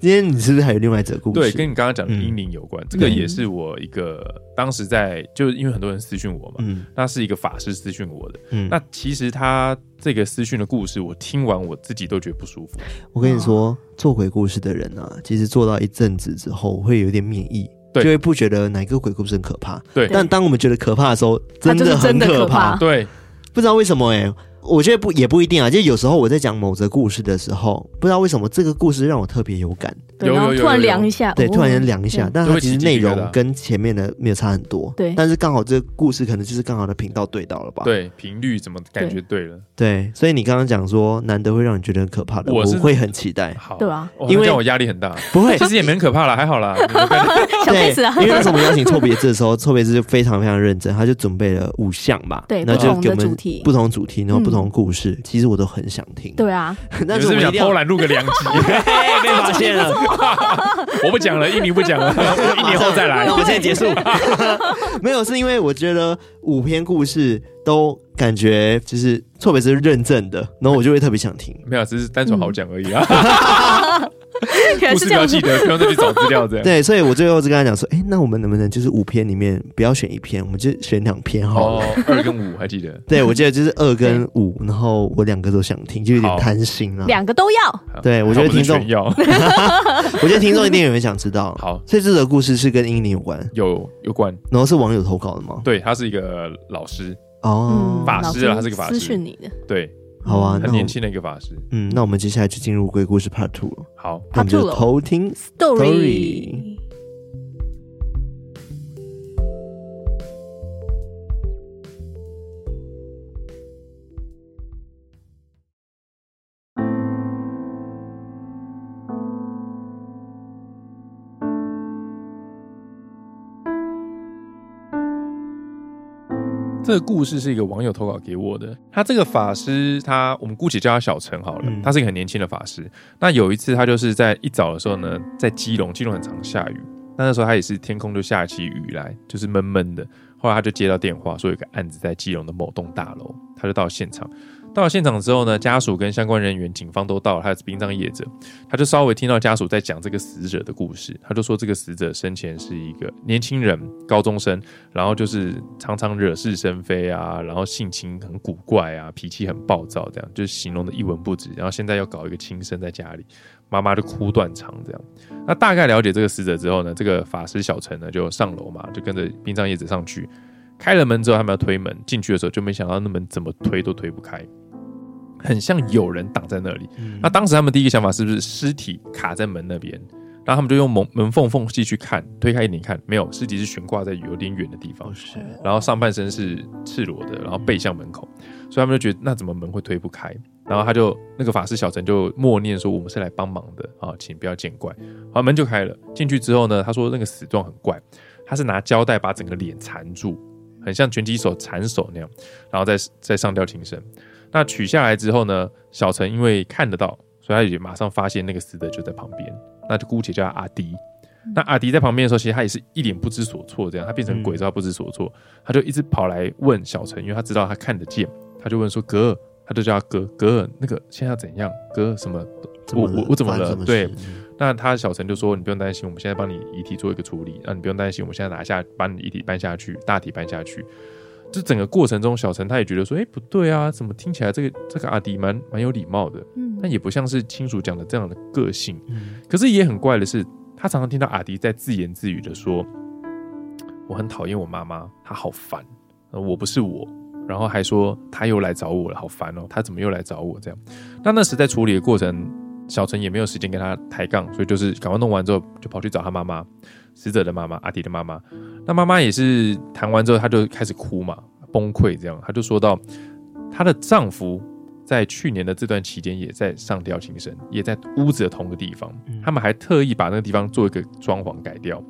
Speaker 1: 今天你是不是还有另外一则故事？
Speaker 3: 对，跟你刚刚讲的
Speaker 1: 嗯
Speaker 3: 阴灵有关，这个
Speaker 4: 对
Speaker 3: 也是我一个当时在，就是因为很多人私讯我嘛，
Speaker 1: 嗯
Speaker 3: 那是一个法师私讯我的。
Speaker 1: 嗯，
Speaker 3: 那其实他这个私讯的故事，我听完我自己都觉得不舒服。
Speaker 1: 我跟你说，做鬼故事的人啊，其实做到一阵子之后，会有点免疫。
Speaker 3: 对
Speaker 1: 就会不觉得哪个鬼故事很可怕，
Speaker 3: 对
Speaker 1: 但当我们觉得可怕的时候，
Speaker 4: 它就是
Speaker 1: 的很
Speaker 4: 真的可
Speaker 1: 怕。
Speaker 4: 怕
Speaker 3: 对，
Speaker 1: 不知道为什么哎、我觉得不也不一定啊。就有时候我在讲某则故事的时候，不知道为什么这个故事让我特别有感，
Speaker 4: 对，
Speaker 3: 有
Speaker 4: 然后
Speaker 3: 有有
Speaker 4: 突然
Speaker 3: 有
Speaker 4: 凉一下，
Speaker 1: 对，
Speaker 4: 哦
Speaker 1: 突然间凉一下，
Speaker 4: 对
Speaker 1: 但是它其实内
Speaker 3: 就会起鸡皮疙
Speaker 1: 容
Speaker 3: 瘩
Speaker 1: 跟前面的没有差很多，
Speaker 4: 对
Speaker 1: 但是刚好这个故事可能就是刚好的频道对到了吧，
Speaker 3: 对，频率怎么感觉对了？
Speaker 1: 对，所以你刚刚讲说难得会让你觉得很可怕的，我
Speaker 3: 我是
Speaker 1: 会很期 待，
Speaker 3: 好，
Speaker 4: 对啊
Speaker 3: 哇，
Speaker 1: 因
Speaker 3: 因
Speaker 1: 为
Speaker 3: 为我压力很大。
Speaker 1: 不会
Speaker 3: 其。实也没很可怕啦，还 好啦。你们看
Speaker 4: 小
Speaker 1: 对
Speaker 4: case 啊，
Speaker 1: 因为那时候我们邀请错别字的时候，错别字就非常非常认真，他就准备了五项吧，
Speaker 4: 对
Speaker 1: 然后
Speaker 4: 不
Speaker 1: 就
Speaker 4: 同
Speaker 1: 给
Speaker 4: 的
Speaker 1: 我们
Speaker 4: 主题
Speaker 1: 不同主题，然后不
Speaker 4: 嗯
Speaker 1: 同故事，其实我都很想听，
Speaker 4: 对啊，
Speaker 1: 但
Speaker 3: 你们
Speaker 1: 是我
Speaker 3: 是不
Speaker 1: 们
Speaker 3: 是
Speaker 1: 一
Speaker 3: 想
Speaker 1: 定要
Speaker 3: 偷懒录哎个 两集？
Speaker 1: 嘿被发现了，
Speaker 3: 我不讲了，一鸣不 讲了，一年后再来
Speaker 1: 我。们现在结束。 没有，是因为我觉得五篇故事都感觉就是错别字是认证的，然后我就会特别想听。
Speaker 3: 没有，只是单纯好讲而已啊。
Speaker 1: 嗯
Speaker 4: 原来
Speaker 3: 故
Speaker 4: 是这
Speaker 3: 事不
Speaker 4: 样
Speaker 3: 要
Speaker 4: 子
Speaker 3: 记，得，不用再去找资料这样。
Speaker 1: 对，所以我最后就跟他讲说，哎、那我们能不能就是五篇里面不要选一篇，我们就选两篇好了。
Speaker 3: 哦，二跟五还记得。
Speaker 1: 对，我记得就是二跟五，然后我两个都想听，就有点贪心啊。
Speaker 4: 两个都要，
Speaker 1: 对我觉得
Speaker 3: 还好不是
Speaker 1: 听众
Speaker 3: 炫耀
Speaker 1: 我觉得听众一定有人想知道。
Speaker 3: 好
Speaker 1: 所以这则故事是跟英灵有关，
Speaker 3: 有有关，
Speaker 1: 然后是网友投稿的吗？
Speaker 3: 对他是一个老师，
Speaker 1: 哦，
Speaker 3: 法
Speaker 4: 嗯老
Speaker 3: 师
Speaker 4: 师
Speaker 3: 啊他是个法师
Speaker 4: 私讯你的，
Speaker 3: 对，
Speaker 1: 好啊，那
Speaker 3: 很
Speaker 1: 我
Speaker 3: 年轻的一个法师。
Speaker 1: 嗯，那我们接下来就进入鬼故事 Part Two 了，
Speaker 3: 好，
Speaker 1: 那我们
Speaker 4: Part two
Speaker 1: 就
Speaker 4: 了
Speaker 1: 偷听 Story
Speaker 4: story。
Speaker 3: 这个故事是一个网友投稿给我的。他这个法师，他我们姑且叫他小陈好了，
Speaker 1: 嗯
Speaker 3: 他是一个很年轻的法师。那有一次，他就是在一早的时候呢，在基隆，基隆很常下雨，那那时候他也是天空就下起雨来，就是闷闷的。后来他就接到电话，说有个案子在基隆的某栋大楼，他就到现场。到了现场之后呢，家属跟相关人员、警方都到了，还有殡葬业者，他就稍微听到家属在讲这个死者的故事，他就说这个死者生前是一个年轻人、高中生，然后就是常常惹是生非啊，然后性情很古怪啊，脾气很暴躁，这样就是形容的一文不值。然后现在要搞一个轻生在家里，妈妈就哭断肠这样。那大概了解这个死者之后呢，这个法师小陈呢就上楼嘛，就跟着殡葬业者上去。开了门之后，他们要推门进去的时候，就没想到那门怎么推都推不开，很像有人挡在那里。那当时他们第一个想法是不是尸体卡在门那边？然后他们就用门门缝缝隙去看，推开一点看，没有，尸体是悬挂在有点远的地方
Speaker 1: 哦，是
Speaker 3: 然后上半身是赤裸的，然后背向门口，所以他们就觉得那怎么门会推不开？然后他就那个法师小陈就默念说：“我们是来帮忙的啊，请不要见怪。”好，门就开了。进去之后呢，他说那个死状很怪，他是拿胶带把整个脸缠住，很像拳击手缠手那样，然后再再上吊轻生。那取下来之后呢，小陈因为看得到，所以他也马上发现那个死的就在旁边，那就姑且叫他阿迪。那阿迪在旁边的时候，其实他也是一脸不知所措，这样他变成鬼之后不知所措，他就一直跑来问小陈，因为他知道他看得见，他就问说：“格尔。”他就叫他格格尔，那个现在要怎样？格尔什么？
Speaker 1: 怎
Speaker 3: 我
Speaker 1: 么了
Speaker 3: 我我怎么
Speaker 1: 发生
Speaker 3: 了
Speaker 1: 什？么
Speaker 3: 对
Speaker 1: 事，
Speaker 3: 那他小陈就说：“你不用担心，我们现在帮你遗体做一个处理，那你不用担心，我们现在拿下把你遗体搬下去，大体搬下去。”这整个过程中，小陈他也觉得说：“哎、不对啊，怎么听起来这个这个阿迪蛮蛮有礼貌的，
Speaker 4: 嗯
Speaker 3: 但也不像是亲属讲的这样的个性。
Speaker 1: 嗯
Speaker 3: 可是也很怪的是，他常常听到阿迪在自言自语的说：‘我很讨厌我妈妈，她好烦，呃我不是我。’然后还说她又来找我了，好烦哦，她怎么又来找我这样？那那时在处理的过程，小陈也没有时间跟他抬杠，所以就是赶快弄完之后就跑去找他妈妈，死者的妈妈，阿迪的妈妈。那妈妈也是谈完之后，她就开始哭嘛，崩溃这样，她就说到她的丈夫在去年的这段期间也在上吊轻生，也在屋子的同个地方，他们还特意把那个地方做一个装潢改掉，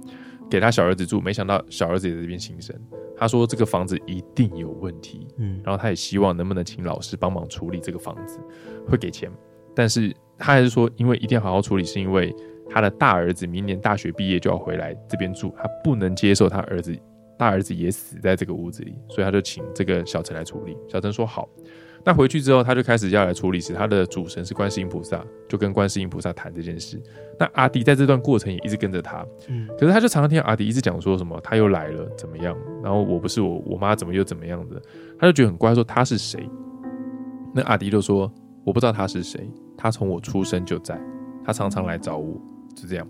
Speaker 3: 给他小儿子住，没想到小儿子也在这边轻生。他说这个房子一定有问题，
Speaker 1: 嗯，
Speaker 3: 然后他也希望能不能请老师帮忙处理这个房子，会给钱，但是他还是说，因为一定要好好处理，是因为他的大儿子明年大学毕业就要回来这边住，他不能接受他儿子大儿子也死在这个屋子里，所以他就请这个小陈来处理。小陈说好。那回去之后，他就开始要来处理时，他的主神是观世音菩萨，就跟观世音菩萨谈这件事。那阿迪在这段过程也一直跟着他，
Speaker 1: 嗯
Speaker 3: 可是他就常常听到阿迪一直讲说什么他又来了怎么样，然后我不是我我妈怎么又怎么样的，他就觉得很怪，说他是谁？那阿迪就说我不知道他是谁，他从我出生就在，他常常来找我，就这样。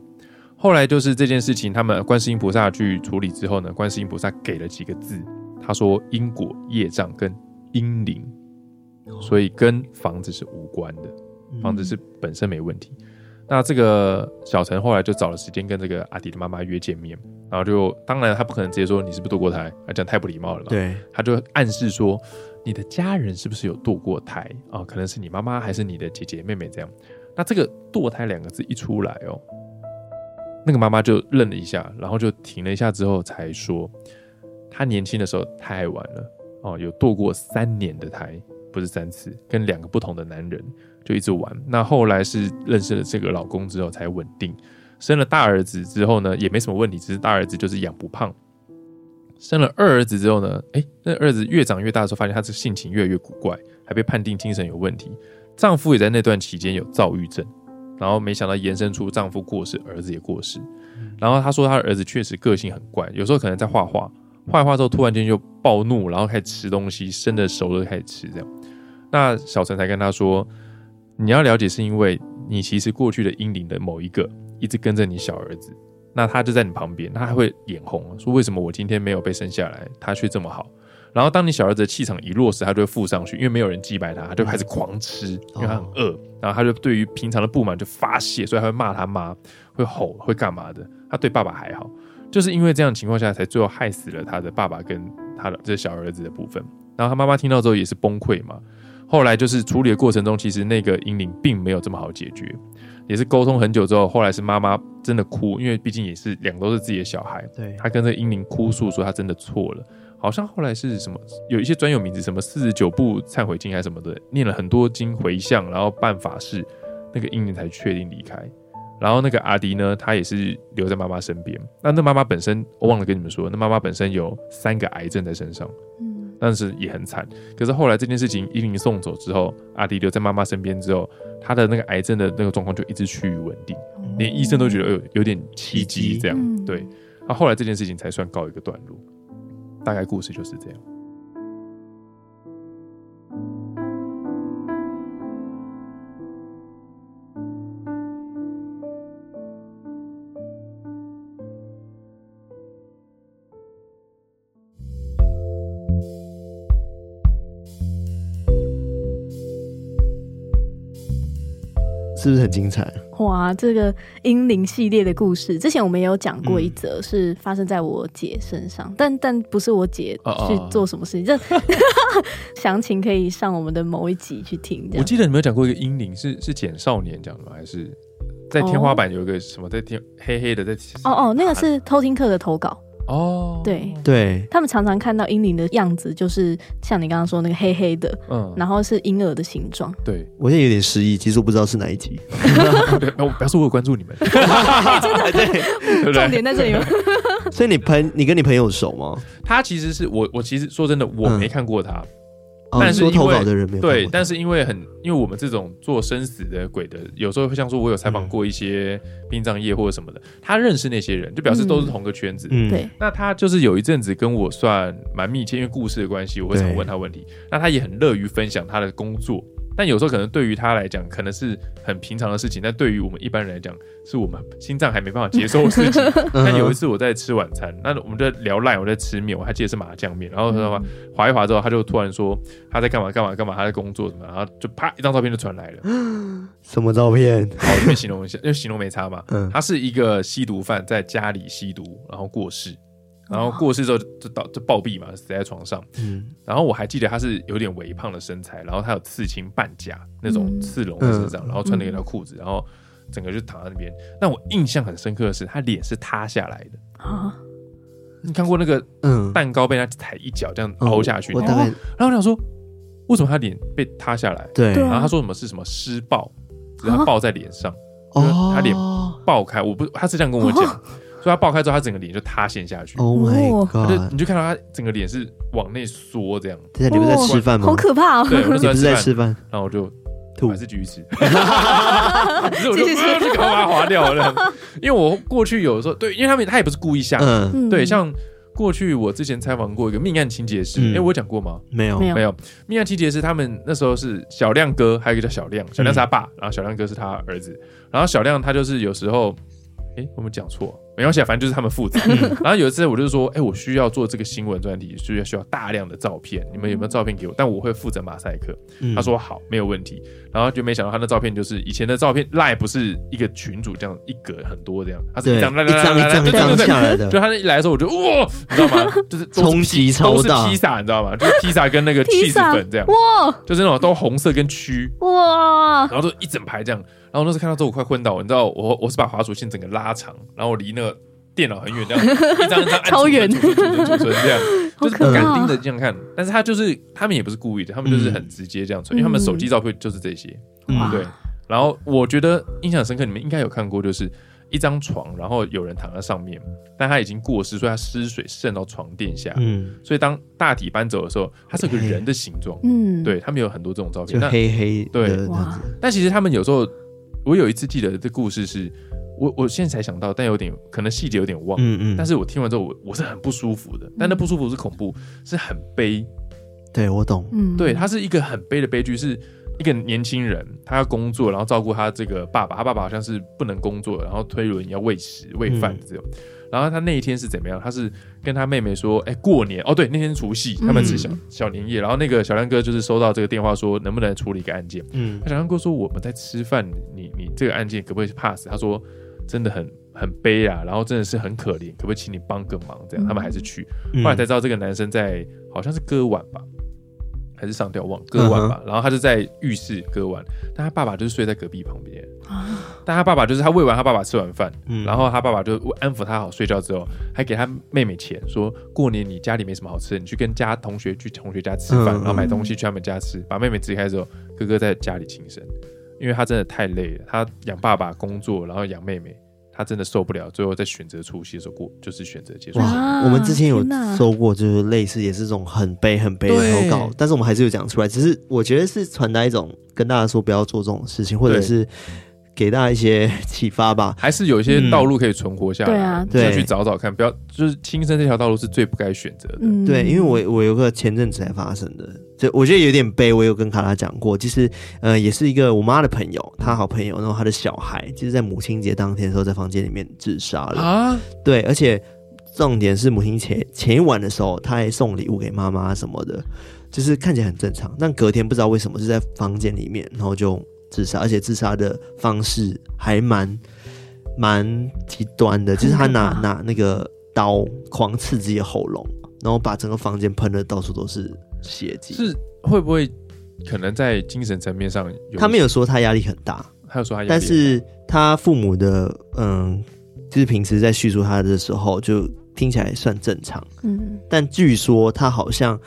Speaker 3: 后来就是这件事情，他们观世音菩萨去处理之后呢，观世音菩萨给了几个字，他说因果业障跟阴灵，所以跟房子是无关的。房子是本身没问题。那这个小陈后来就找了时间跟这个阿迪的妈妈约见面，然后就当然他不可能直接说你是不是堕过胎，啊这样太不礼貌了吧？
Speaker 1: 对，
Speaker 3: 他就暗示说你的家人是不是有堕过胎啊、可能是你妈妈还是你的姐姐妹妹这样。那这个“堕胎”两个字一出来哦，那个妈妈就愣了一下，然后就停了一下之后才说，她年轻的时候太爱玩了哦，有堕过三年的胎，不是三次，跟两个不同的男人就一直玩。那后来是认识了这个老公之后才稳定，生了大儿子之后呢，也没什么问题，只是大儿子就是养不胖。生了二儿子之后呢，哎，那二儿子越长越大的时候，发现他这性情越来越古怪，还被判定精神有问题。丈夫也在那段期间有躁郁症，然后没想到延伸出丈夫过世，儿子也过世。然后她说她的儿子确实个性很怪，有时候可能在画画，画一画之后突然间就暴怒，然后开始吃东西，生的熟的开始吃这样。那小陈才跟她说，你要了解是因为你其实过去的阴灵的某一个一直跟着你小儿子，那他就在你旁边，他还会眼红，啊说为什么我今天没有被生下来，他却这么好。然后当你小儿子的气场一落时，他就会附上去，因为没有人击败他，他就开始狂吃，因为他很饿，然后他就对于平常的不满就发泄，所以他会骂他妈，会吼，会干嘛的。他对爸爸还好，就是因为这样的情况下，才最后害死了他的爸爸跟他的这小儿子的部分。然后他妈妈听到之后也是崩溃嘛。后来就是处理的过程中，其实那个阴灵并没有这么好解决，也是沟通很久之后，后来是妈妈真的哭，因为毕竟也是两个都是自己的小孩，
Speaker 1: 对，
Speaker 3: 他跟这个英灵哭诉说他真的错了，好像后来是什么有一些专有名字，什么四十九部忏悔经还是什么的，念了很多经回向，然后办法事，那个英灵才确定离开。然后那个阿迪呢，他也是留在妈妈身边。那那妈妈本身，我忘了跟你们说，那妈妈本身有三个癌症在身上，
Speaker 4: 嗯
Speaker 3: 但是也很惨。可是后来这件事情，英灵送走之后，阿迪留在妈妈身边之后，他的那个癌症的那个状况就一直趋于稳定，连医生都觉得有有点奇迹这样。
Speaker 4: 哦嗯
Speaker 3: 对，那后来这件事情才算告一个段落，大概故事就是这样。
Speaker 1: 是不是很精彩？
Speaker 4: 哇，这个英灵系列的故事，之前我们也有讲过一
Speaker 3: 嗯
Speaker 4: 则，是发生在我姐身上，但但不是我姐
Speaker 3: 哦哦
Speaker 4: 去做什么事情， 这详情可以上我们的某一集去听。这
Speaker 3: 我
Speaker 4: 样
Speaker 3: 记得你们有讲过一个英灵，是是简少年讲的吗？还是在天花板有一个什么在天黑黑的在？
Speaker 4: 哦哦哦，那个是偷听课的投稿，
Speaker 3: 哦，
Speaker 4: 对，
Speaker 1: 对，
Speaker 4: 他们常常看到英灵的样子，就是像你刚刚说那个黑黑的，
Speaker 3: 嗯，
Speaker 4: 然后是婴儿的形状。
Speaker 3: 对，
Speaker 1: 我现在有点失忆，其实我不知道是哪一 集。
Speaker 3: 不要不要说我有关注你们，
Speaker 1: 对，
Speaker 3: 对不
Speaker 4: 重
Speaker 3: 对？
Speaker 4: 点在这里吗？
Speaker 1: 所以你朋你跟你朋友熟吗？
Speaker 3: 他其实是我，我其实说真的，我
Speaker 1: 嗯
Speaker 3: 没看过他，
Speaker 1: 哦
Speaker 3: 但
Speaker 1: 你
Speaker 3: 是
Speaker 1: 说
Speaker 3: 因
Speaker 1: 投
Speaker 3: 为
Speaker 1: 稿的人没有看过
Speaker 3: 对，
Speaker 1: 他
Speaker 3: 但是因为很，因为我们这种做生死的鬼的，有时候会像说，我有采访过一些殡葬业或者什么的，他认识那些人，就表示都是同个圈子。
Speaker 1: 嗯，
Speaker 4: 对，
Speaker 3: 那他就是有一阵子跟我算蛮密切，因为故事的关系，我会常问他问题。那他也很乐于分享他的工作，但有时候可能对于他来讲，可能是很平常的事情，但对于我们一般人来讲，是我们心脏还没办法接受的事情。
Speaker 1: 嗯
Speaker 3: 但有一次我在吃晚餐，那我们在聊赖，我在吃面，我还记得是麻酱面，然后他说划一划之后，他就突然说他在干嘛干嘛干嘛，他在工作什么，然后就啪一张照片就传来了。
Speaker 1: 什么照片？
Speaker 3: 好，我这边形容一下，因为形容没差嘛。
Speaker 1: 嗯
Speaker 3: 他是一个吸毒犯，在家里吸毒，然后过世，然后过世之后就就倒就暴毙嘛，死在床上。
Speaker 1: 嗯，
Speaker 3: 然后我还记得他是有点微胖的身材，然后他有刺青半甲那种
Speaker 4: 嗯
Speaker 3: 刺龙在身上，然后穿了一条裤子，然后整个就躺在那边。那我印象很深刻的是，他脸是塌下来的。
Speaker 4: 啊，
Speaker 3: 你看过那个
Speaker 1: 嗯，哦
Speaker 3: 蛋糕被他踩一脚这样凹下去，
Speaker 1: 我
Speaker 3: 然
Speaker 1: 大
Speaker 4: 哦
Speaker 1: 概
Speaker 3: 后我想说，为什么他脸被塌下来？
Speaker 1: 对
Speaker 4: 对啊
Speaker 3: 然后他说什么是什么施暴，只
Speaker 1: 啊
Speaker 3: 是他抱在脸上。就是
Speaker 1: 哦，
Speaker 3: 他脸爆开，我不，他是这样跟我讲，
Speaker 4: 哦
Speaker 3: 所以他爆开之后，他整个脸就塌陷下去，
Speaker 1: ，Oh my
Speaker 4: 哦
Speaker 3: 他就
Speaker 1: god！
Speaker 3: 你就看到他整个脸是往内缩这样。
Speaker 1: 等一下你们在
Speaker 4: 哦
Speaker 1: 吃饭吗？
Speaker 4: 好可怕哦！
Speaker 3: 对， 我那
Speaker 1: 你
Speaker 3: 时候
Speaker 1: 不是在
Speaker 3: 在吃
Speaker 1: 吃
Speaker 3: 饭，
Speaker 1: 饭
Speaker 3: 然后我就
Speaker 1: 吐
Speaker 3: 还？是橘 子，只 是我就
Speaker 4: 继续吃
Speaker 3: 呃就赶快把它划掉了，因为我过去有的时候对，因为他们他也不是故意吓，
Speaker 1: 嗯，
Speaker 4: 嗯
Speaker 3: 对，像过去我之前采访过一个命案清洁师，
Speaker 1: 嗯
Speaker 3: 哎，我有讲过吗？
Speaker 1: 没有，
Speaker 4: 没有
Speaker 3: 没有，命案清洁师他们那时候是小亮哥，还有一个叫小亮，小亮是他爸，然后小亮哥是他儿子，然后小亮他就是有时候，哎、我们讲错，没关系啊，反正就是他们父子。 然后有一次我就说，哎、我需要做这个新闻专题，需要需要大量的照片，你们有没有照片给我？但我会负责马赛克。
Speaker 1: 嗯
Speaker 3: 他说好，没有问题。然后就没想到他的照片就是以前的照片，赖不是一个群主这样一格很多这样，他是
Speaker 1: 对，
Speaker 3: 一
Speaker 1: 一
Speaker 3: 张
Speaker 1: 张
Speaker 3: 赖
Speaker 1: 一
Speaker 3: 赖赖
Speaker 1: 张
Speaker 3: 赖赖
Speaker 1: 一
Speaker 3: 对对
Speaker 1: 张
Speaker 3: 对
Speaker 1: 下来
Speaker 3: 就
Speaker 1: 的，
Speaker 3: 他一来的时候，我就哇，你知道吗？就是都是
Speaker 1: 冲击
Speaker 3: 都
Speaker 1: 超
Speaker 3: 是
Speaker 1: 大
Speaker 3: 披，萨，你知道吗？就是披萨跟那个
Speaker 4: 披
Speaker 3: cheese
Speaker 4: 萨
Speaker 3: 粉这样，
Speaker 4: 哇
Speaker 3: 就是那种都红色跟蛆，
Speaker 4: 哇，
Speaker 3: 然后都一整排这样。然后那时候看到之后我快昏倒了，你知道我我是把滑鼠线整个拉长，然后我离那个电脑很远，这 样一张一张按
Speaker 4: 超远
Speaker 3: 储存储存储存储存这样，
Speaker 4: 好
Speaker 3: 就是
Speaker 4: 可
Speaker 3: 不
Speaker 4: 怕
Speaker 3: 敢
Speaker 4: 哦
Speaker 3: 盯着这样看。但是他就是他们也不是故意的，他们就是很直接这样
Speaker 4: 嗯
Speaker 3: 存，因为他们手机照片就是这些，
Speaker 1: 嗯
Speaker 3: 对。然后我觉得印象深刻，你们应该有看过，就是一张床，然后有人躺在上面，但他已经过世，所以他湿水渗到床垫下，
Speaker 1: 嗯，
Speaker 3: 所以当大体搬走的时候，它是有个人的形状。
Speaker 4: 嗯，
Speaker 3: 对他们有很多这种照片。
Speaker 1: 就
Speaker 3: 那
Speaker 1: 黑黑的
Speaker 3: 对
Speaker 1: 这样
Speaker 4: 哇
Speaker 1: 子，，
Speaker 3: 但其实他们有时候，我有一次记得这故事是，我我现在才想到，但有点可能细节有点忘。
Speaker 1: 嗯嗯，
Speaker 3: 但是我听完之后，我我是很不舒服的。但那不舒服不是恐怖，是很悲。
Speaker 1: 对我懂，
Speaker 4: 嗯，
Speaker 3: 对，它是一个很悲的悲剧，是一个年轻人，他要工作，然后照顾他这个爸爸，他爸爸好像是不能工作，然后推轮椅要喂食喂饭这种。然后他那一天是怎么样？他是跟他妹妹说：“哎，过年哦，对，那天除夕，他们吃小、小年夜。”然后那个小亮哥就是收到这个电话说，能不能处理一个案件？
Speaker 1: 嗯
Speaker 3: 他小亮哥说：“我们在吃饭，你你这个案件可不可以 pass？” 他说：“真的很很悲啊，然后真的是很可怜，可不可以请你帮个忙？”这样他们还是去。
Speaker 1: 嗯
Speaker 3: 后来才知道这个男生在好像是割腕吧，还是上吊忘
Speaker 1: 嗯
Speaker 3: 割腕吧，然后他就在浴室割腕，但他爸爸就是睡在隔壁旁边，
Speaker 1: 啊
Speaker 3: 但他爸爸就是他喂完他爸爸吃完饭，
Speaker 1: 嗯
Speaker 3: 然后他爸爸就安抚他好睡觉之后，还给他妹妹钱，说过年你家里没什么好吃的，你去跟家同学去同学家吃饭，
Speaker 1: 嗯嗯
Speaker 3: 然后买东西去他们家吃，把妹妹支开之后，哥哥在家里轻生，因为他真的太累了，他养爸爸工作，然后养妹妹。他真的受不了，最后在选择除夕的时候过，就是选择结束
Speaker 4: 啊
Speaker 3: 生命。
Speaker 1: 哇，我们之前有
Speaker 4: 天哪
Speaker 1: 收过，就是类似也是这种很悲很悲的投稿
Speaker 3: 对，
Speaker 1: 但是我们还是有讲出来，只是我觉得是传达一种跟大家说不要做这种事情，或者
Speaker 3: 对
Speaker 1: 是给大家一些 启发吧。
Speaker 3: 还是有一些道路可以存活下来，
Speaker 4: 对啊
Speaker 3: 你要
Speaker 1: 对
Speaker 3: 去找找看，不要就是轻生这条道路是最不该选择的。
Speaker 4: 嗯，
Speaker 1: 对，因为我我有个前阵子才发生的，就我觉得有点悲，我有跟卡拉讲过，就是呃，也是一个我妈的朋友，她好朋友，然后她的小孩就是在母亲节当天的时候在房间里面自杀了，
Speaker 3: 啊，
Speaker 1: 对，而且重点是母亲节前一晚的时候，她还送礼物给妈妈什么的，就是看起来很正常，但隔天不知道为什么就在房间里面，然后就自杀，而且自杀的方式还蛮蛮极端的，就是他拿
Speaker 4: 很可怕
Speaker 1: 拿那个刀狂刺自己的喉咙，然后把整个房间喷的到处都是血迹。
Speaker 3: 是会不会可能在精神层面上有？
Speaker 1: 他没有说他压力很大，
Speaker 3: 他有说他压力
Speaker 1: 但是他父母的嗯，就是平时在叙述他的时候，就听起来算正常。
Speaker 4: 嗯，
Speaker 1: 但据说他好像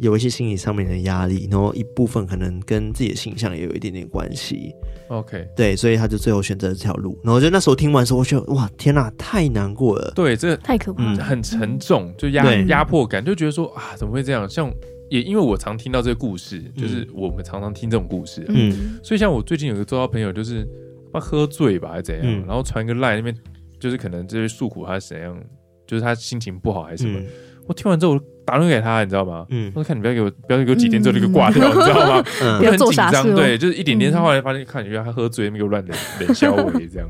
Speaker 1: 有一些心理上面的压力，然后一部分可能跟自己的形象也有一点点关系。
Speaker 3: OK，
Speaker 1: 对，所以他就最后选择了这条路。然后就那时候听完的时候，我觉得哇，天哪，太难过了。
Speaker 3: 对，这
Speaker 4: 太可怕
Speaker 1: 嗯
Speaker 4: 了，
Speaker 3: 很沉重，就压
Speaker 1: 对
Speaker 3: 压迫感，就觉得说啊，怎么会这样？像也因为我常听到这个故事，就是我们常常听这种故事啊，
Speaker 1: 嗯
Speaker 3: 所以像我最近有个周遭朋友，就是他喝醉吧，还是怎样，
Speaker 1: 嗯
Speaker 3: 然后传个赖那边，就是可能就是诉苦他是怎样，就是他心情不好还是什么。
Speaker 1: 嗯
Speaker 3: 我听完之后，我打电话给他，你知道吗？
Speaker 1: 嗯
Speaker 3: 我说看你不要给我，不要给我几天之后就给我挂掉，你 知道吗？
Speaker 1: 嗯
Speaker 3: 我就
Speaker 4: 不要
Speaker 3: 很
Speaker 4: 做
Speaker 3: 紧
Speaker 4: 傻事
Speaker 3: 张，
Speaker 4: 哦
Speaker 3: 对，就是一点点。他后来发现，看，原来他喝醉，那个乱冷冷笑我这样。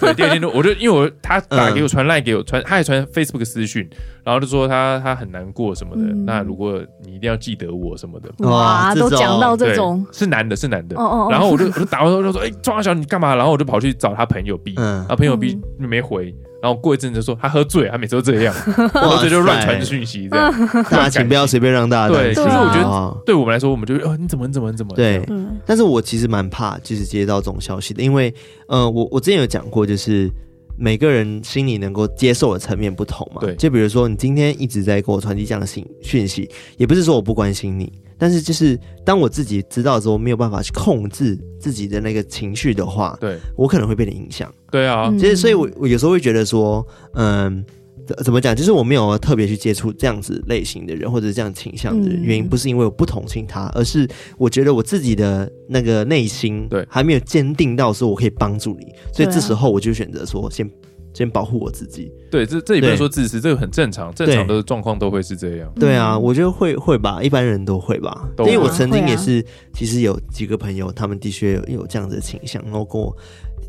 Speaker 3: 对，第二天就我就因为我他
Speaker 4: 嗯
Speaker 3: 打给我传赖给我传，他也传 Facebook 私讯，然后就说他他很难过什么的。
Speaker 4: 嗯
Speaker 3: 那如果你一定要记得我什么的，
Speaker 1: 哇
Speaker 4: 哇，
Speaker 1: 这
Speaker 4: 都
Speaker 1: 种
Speaker 4: 讲到这
Speaker 3: 对
Speaker 4: 种，
Speaker 3: 是男的，是男的。
Speaker 4: 哦哦哦
Speaker 3: 然后我就我就打完之后就说，哎，庄小你干嘛？然后我就跑去找他朋友 B，
Speaker 1: 嗯
Speaker 3: 然后朋友 B 没回。然后过一阵子就说他喝醉，他每次都 这样，喝
Speaker 1: 哇
Speaker 3: 醉
Speaker 1: 塞
Speaker 3: 就乱传讯息这样。
Speaker 4: 嗯
Speaker 1: 大家请不要随便让大家担
Speaker 3: 对，
Speaker 1: 心。
Speaker 3: 可
Speaker 4: 对
Speaker 3: 是我
Speaker 4: 啊
Speaker 1: 好
Speaker 3: 觉
Speaker 1: 不
Speaker 3: 得
Speaker 1: 好
Speaker 3: 对我们来说，我们就哦你怎么你怎么你怎么
Speaker 1: 对，
Speaker 4: 嗯
Speaker 1: 但是我其实蛮怕，就是接到这种消息的，因为，呃，我我之前有讲过，就是每个人心里能够接受的层面不同嘛。
Speaker 3: 对
Speaker 1: 就比如说你今天一直在给我传递这样的信讯息，也不是说我不关心你，但是就是当我自己知道之后，没有办法去控制自己的那个情绪的话，
Speaker 3: 对
Speaker 1: 我可能会被你影响。
Speaker 3: 对啊，
Speaker 4: 嗯
Speaker 1: 其实，所以我我有时候会觉得说，嗯。怎怎么讲？就是我没有特别去接触这样子类型的人，或者是这样倾向的人。
Speaker 4: 嗯
Speaker 1: 原因不是因为我不同情他，而是我觉得我自己的那个内心
Speaker 3: 对
Speaker 1: 还没有坚定到说我可以帮助你，所以
Speaker 4: 对啊
Speaker 1: 这时候我就选择说先先保护我自己。
Speaker 3: 对，这这也不能
Speaker 1: 对
Speaker 3: 说自私，这个很正常，正常的状况都会是这样。
Speaker 1: 对啊，
Speaker 4: 嗯
Speaker 1: 我觉得会会吧，一般人都会吧。
Speaker 3: 都
Speaker 1: 因
Speaker 3: 会
Speaker 1: 为我曾
Speaker 4: 会
Speaker 1: 经
Speaker 4: 啊
Speaker 1: 也是，其实有几个朋友，他们的确有有这样子的倾向，然后跟我。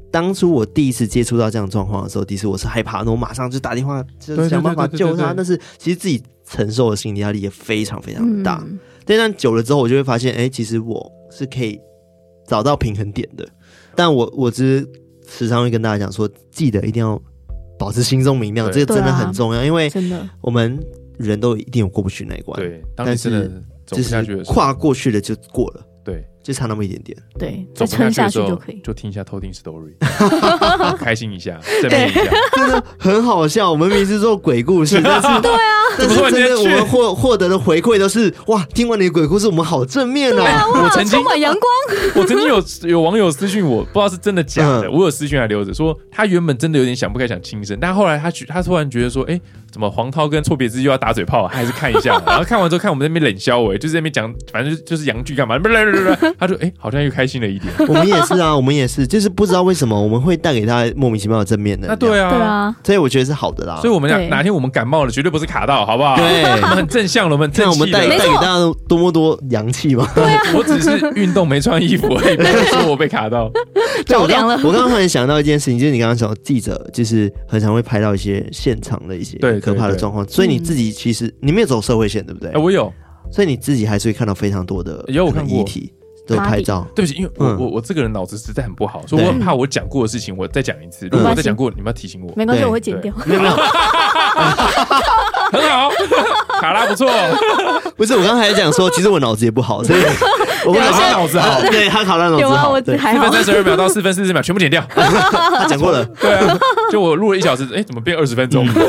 Speaker 1: 当初我第一次接触到这样的状况的时候，第一次我是害怕，然后马上就打电话，就是
Speaker 3: 对
Speaker 1: 想办法
Speaker 3: 对对对对
Speaker 1: 救他。
Speaker 3: 对
Speaker 1: 但是其实自己承受的心理压力也非常非常
Speaker 4: 嗯
Speaker 1: 大。对，但久了之后，我就会发现，哎、其实我是可以找到平衡点的。但我我只是时常会跟大家讲说，记得一定要保持心中明亮，
Speaker 3: 对
Speaker 1: 这个真的
Speaker 4: 对啊
Speaker 1: 很重要，因
Speaker 3: 哎
Speaker 1: 为
Speaker 4: 真的，
Speaker 1: 我们人都一定有过不去那一关。
Speaker 3: 对，当
Speaker 1: 但
Speaker 3: 你真
Speaker 1: 是
Speaker 3: 的走
Speaker 1: 就
Speaker 3: 不下去
Speaker 1: 是
Speaker 3: 的时候，
Speaker 1: 跨过去了就过了，
Speaker 3: 对，
Speaker 1: 就差那么一点点。
Speaker 4: 对，
Speaker 3: 走
Speaker 4: 再撑
Speaker 3: 不下去
Speaker 4: 下
Speaker 3: 的时
Speaker 4: 去
Speaker 3: 候
Speaker 4: 就可以。
Speaker 3: 就听一下偷听 story，开心一下，正面一下。
Speaker 1: 很好笑，我们明明是做鬼故 事，但是对啊，但是
Speaker 3: 怎么突然
Speaker 1: 真
Speaker 3: 间
Speaker 1: 的我
Speaker 3: 去
Speaker 1: 们获获得的回馈都是哇，听完你的鬼故事，我们好正面哦。
Speaker 3: 啊我曾经
Speaker 4: 哎充满阳光，
Speaker 3: 我曾经有有网友私讯我，不知道是真的假的，
Speaker 1: 嗯
Speaker 3: 我有私讯还留着，说他原本真的有点想不开想轻生，但后来他觉他突然觉得说，哎、怎么黄涛跟错别字又要打嘴炮，啊还是看一 下。然后看完之后看我们在那边冷笑，哎，就是在那边讲，反正就是就是洋剧干嘛，他就哎、好像又开心 了一点。
Speaker 1: 我们也是啊，我们也是，就是不知道为什么我们会带给他莫名其妙的正面能
Speaker 3: 那
Speaker 1: 量。
Speaker 3: 对
Speaker 1: 啊，
Speaker 3: 啊，
Speaker 4: 对。啊，
Speaker 1: 所以我觉得是好的啦。
Speaker 3: 所以，我们
Speaker 4: 对
Speaker 3: 哪哪天我们感冒了，绝对不是卡到，好不好？
Speaker 1: 对
Speaker 3: 我们很正向了，我们很
Speaker 1: 看
Speaker 3: 正
Speaker 1: 我们
Speaker 3: 气
Speaker 1: 带
Speaker 3: 的。
Speaker 1: 带给大家多么多阳气嘛。
Speaker 3: 我只是运动没穿衣服而已，不是说我被卡 到。
Speaker 1: 对，我
Speaker 4: 着凉
Speaker 1: 刚
Speaker 4: 了
Speaker 1: 我刚刚突然想到一件事情，就是你刚刚讲记者，就是很常会拍到一些现场的一些
Speaker 3: 对对
Speaker 1: 可怕的
Speaker 3: 对
Speaker 1: 状况，所以你
Speaker 4: 嗯
Speaker 1: 自己其实你没有走社会线，对不对
Speaker 3: 哎，？我有，
Speaker 1: 所以你自己还是会看到非常多的
Speaker 3: 有我
Speaker 1: 可能
Speaker 3: 看过
Speaker 1: 遗体都拍照，
Speaker 3: 对不起，因为我、
Speaker 1: 嗯
Speaker 3: 我我这个人脑子实在很不好，所以
Speaker 1: 对嗯
Speaker 3: 我很怕我讲过的事情，我再讲一次。如果我再讲过，你们要提醒我。
Speaker 4: 没关系，
Speaker 1: 对
Speaker 4: 我会剪掉。
Speaker 1: 没有没有，
Speaker 3: 很好，卡拉不错，
Speaker 1: 不是我刚才还讲说，其实我脑子也不好， 所以我
Speaker 3: 卡
Speaker 1: 脑
Speaker 3: 拉啊脑子好，
Speaker 1: 对他考到脑子
Speaker 4: 有啊，
Speaker 1: 好，
Speaker 4: 我
Speaker 1: 对，
Speaker 4: 还
Speaker 3: 四
Speaker 4: 好
Speaker 3: 分。三十二秒到四分四十秒全部剪掉。
Speaker 1: 他讲过了，
Speaker 3: 对啊，就我录了一小时，哎、怎么变二十分钟？
Speaker 1: 对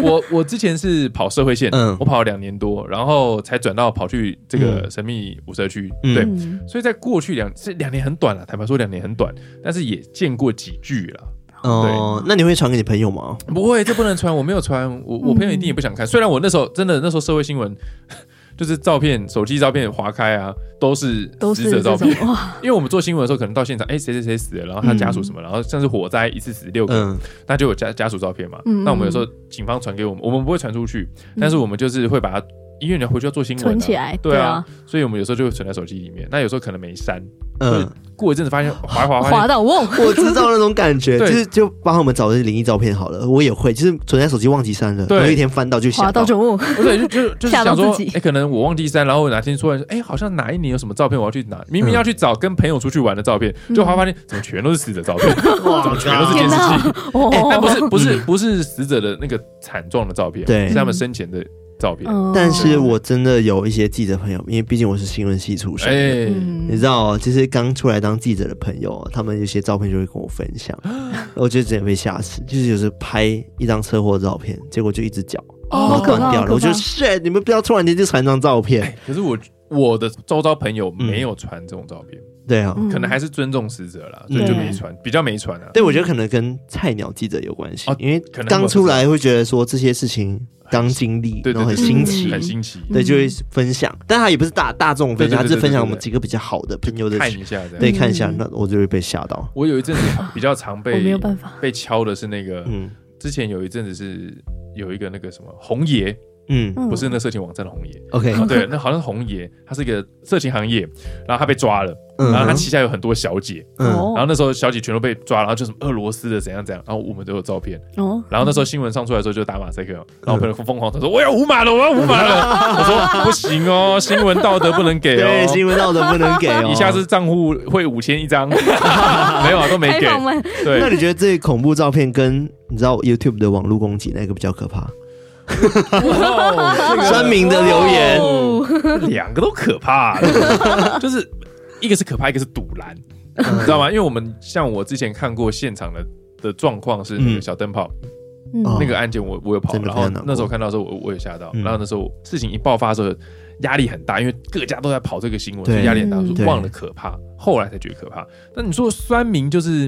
Speaker 3: 我我之前是跑社会线，
Speaker 1: 嗯
Speaker 3: 我跑了两年多，然后才转到跑去这个
Speaker 1: 嗯
Speaker 3: 神秘五社区，
Speaker 1: 嗯
Speaker 3: 对。
Speaker 4: 嗯，
Speaker 3: 所以在过去两这两年很短了，坦白说两年很短，但是也见过几句了。
Speaker 1: 哦，那你会传给你朋友吗？
Speaker 3: 不会，这不能传，我没有传，我我朋友一定也不想看。虽然我那时候真的那时候社会新闻就是照片，手机照片划开啊，都是
Speaker 4: 都
Speaker 3: 死
Speaker 4: 是
Speaker 3: 者
Speaker 4: 这
Speaker 3: 照
Speaker 4: 种
Speaker 3: 片，
Speaker 4: 哇，
Speaker 3: 因为我们做新闻的时候，可能到现场，哎、谁谁谁死了，然后他家属什
Speaker 4: 嗯
Speaker 3: 么，然后像是火灾一次死六个，
Speaker 1: 嗯，
Speaker 3: 那就有家家属照片嘛。
Speaker 4: 嗯嗯
Speaker 3: 那我们有时候警方传给我们，我们不会传出去，但是我们就是会把它，因为你要回去要做新闻、
Speaker 4: 嗯
Speaker 3: 啊，
Speaker 4: 存起来。
Speaker 3: 对
Speaker 4: 啊
Speaker 3: 啊，，所以我们有时候就会存在手机里面。那有时候可能没删，
Speaker 1: 嗯
Speaker 3: 嗯，过一阵子发现滑一滑发
Speaker 4: 啊滑
Speaker 3: 现，
Speaker 4: 到哇，
Speaker 1: 我知道那种感觉，就
Speaker 3: 对
Speaker 1: 是就帮我们找这些灵异照片好了，我也会，就是存在手机忘记删了，
Speaker 3: 对
Speaker 1: 然后一天翻到就
Speaker 4: 滑
Speaker 1: 想
Speaker 4: 到就哇，
Speaker 3: 不对，就就就 是
Speaker 4: 吓到
Speaker 3: 想说
Speaker 4: 自己，
Speaker 3: 哎，可能我忘记删，然后哪天突然说，哎，好像哪一年有什么照片我要去拿，明明要去找跟朋友出去玩的照片，
Speaker 4: 嗯
Speaker 3: 就滑发现怎么全都是死者 照片，
Speaker 1: 哇
Speaker 3: 怎么全都是
Speaker 1: 这
Speaker 3: 监视器。哎，但不
Speaker 4: 哦，
Speaker 3: 是不是不是死者的那个惨状的照片，
Speaker 1: 对
Speaker 3: 是他们生前的照片。
Speaker 4: 嗯
Speaker 1: 但是我真的有一些记者朋友，因为毕竟我是新闻系出身，
Speaker 3: 哎，
Speaker 4: 嗯
Speaker 1: 你知道、哦，就是刚出来当记者的朋友，他们有些照片就会跟我分 享，我就直接被吓死。就是有时候拍一张车祸的照片，结果就一只脚
Speaker 3: 哦
Speaker 1: 然
Speaker 4: 好
Speaker 1: 后
Speaker 4: 可
Speaker 1: 断
Speaker 4: 怕
Speaker 1: 掉了，
Speaker 4: 好可怕
Speaker 1: 我就 shit，你们不要突然间就传一张照片。
Speaker 3: 哎可是我我的周遭朋友没有传这种照片，
Speaker 1: 对啊，
Speaker 4: 嗯
Speaker 3: 可能还是尊重死者啦，所以就没传，比较没传啊。
Speaker 1: 对我觉得可能跟菜鸟记者有关系
Speaker 3: 哦，
Speaker 1: 因为
Speaker 3: 可能
Speaker 1: 刚出来会觉得说这些事情刚经历，
Speaker 3: 对
Speaker 1: 然
Speaker 3: 对，
Speaker 1: 后很
Speaker 3: 对
Speaker 1: 新
Speaker 3: 对
Speaker 1: 奇。
Speaker 3: 很新奇，
Speaker 1: 对，就会分享，但他也不是大大众分享，
Speaker 3: 对
Speaker 1: 他
Speaker 3: 对对
Speaker 1: 只是分享我
Speaker 3: 对对
Speaker 1: 们
Speaker 3: 对
Speaker 1: 几个比较好的朋友的，
Speaker 3: 看一下这
Speaker 1: 对，
Speaker 3: 样。
Speaker 1: 看一下
Speaker 4: 嗯，
Speaker 1: 那我就会被吓到。
Speaker 3: 我有一阵子比较常
Speaker 4: 哦我没
Speaker 3: 被
Speaker 4: 有办法，
Speaker 3: 被敲的是那个，
Speaker 1: 嗯
Speaker 3: 之前有一阵子是有一个那个什么红爷，
Speaker 1: 嗯
Speaker 4: 嗯
Speaker 3: 不是那色情网站的红爷，
Speaker 1: ，OK，
Speaker 3: 啊对，那好像是红爷，他是一个色情行业，然后他被抓了，
Speaker 1: 嗯
Speaker 3: 然后他
Speaker 1: 哼
Speaker 3: 旗下有很多小姐，
Speaker 1: 嗯
Speaker 4: 哦
Speaker 3: 然后那时候小姐全都被抓，然后就什么俄罗斯的怎样怎样，然后我们都有照片。
Speaker 4: 哦，
Speaker 3: 然后那时候新闻上出来的时候就打马赛克，然后我朋友疯狂地说我要五码了，我要五码 了。我说不行哦，新闻道德不能给
Speaker 1: 对，
Speaker 3: 哦。
Speaker 1: 新闻道德不能给哦。
Speaker 3: 以下是账户会五千 一张，没有啊，都没
Speaker 4: 开
Speaker 3: 给。
Speaker 4: 放麦，
Speaker 1: 那
Speaker 3: 对，
Speaker 1: 你觉得这恐怖照片跟你知道 YouTube 的网络攻击哪个比较可 怕？
Speaker 3: 哇哦这个
Speaker 1: 酸民的留言，
Speaker 4: 哦
Speaker 3: 两个都可怕、啊 就是一个是可怕，一个是堵拦，
Speaker 1: 嗯
Speaker 3: 你知道吗？因为我们像我之前看过现场的的状况是那个
Speaker 1: 嗯
Speaker 3: 小灯泡、
Speaker 4: 嗯
Speaker 1: 哦
Speaker 3: 那个案件我，我有跑，
Speaker 1: 真的
Speaker 3: 然后
Speaker 1: 太难过
Speaker 3: 那时候看到的时候我我有吓到，
Speaker 1: 嗯
Speaker 3: 然后那时候事情一爆发的时候压力很大，因为各家都在跑这个新闻，
Speaker 1: 对
Speaker 3: 所以压力很大，
Speaker 4: 嗯
Speaker 3: 说
Speaker 1: 对
Speaker 3: 忘了可怕，后来才觉得可怕。但你说酸民就是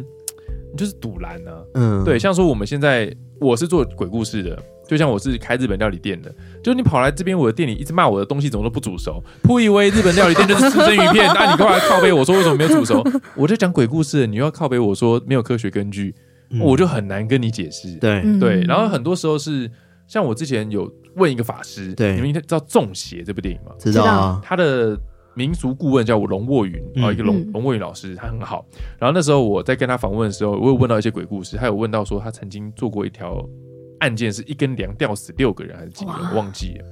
Speaker 3: 你就是堵拦啊呢、
Speaker 1: 嗯，
Speaker 3: 对，，像说我们现在我是做鬼故事的，就像我是开日本料理店的，就你跑来这边我的店里一直骂我的东西怎么都不煮熟，扑一威日本料理店就是吃生鱼片，那、你过来靠背我说为什么没有煮熟？ 我在讲鬼故事，你又要靠背我说没有科学根据，我就很难跟你解释。
Speaker 1: 嗯对，
Speaker 4: 嗯
Speaker 3: 对，然后很多时候是像我之前有问一个法师，
Speaker 1: 对
Speaker 3: 你们应该知道《中邪》这部电影吗？
Speaker 1: 知道啊，
Speaker 3: 他的民俗顾问叫我龙卧云，
Speaker 1: 嗯
Speaker 3: 哦，一个龙
Speaker 4: 嗯
Speaker 3: 龙卧云老师，他很好。然后那时候我在跟他访问的时候，我有问到一些鬼故事，他有问到说他曾经做过一条案件，是一根梁吊死六个人还是几个人，
Speaker 4: 哇
Speaker 3: 我忘记了，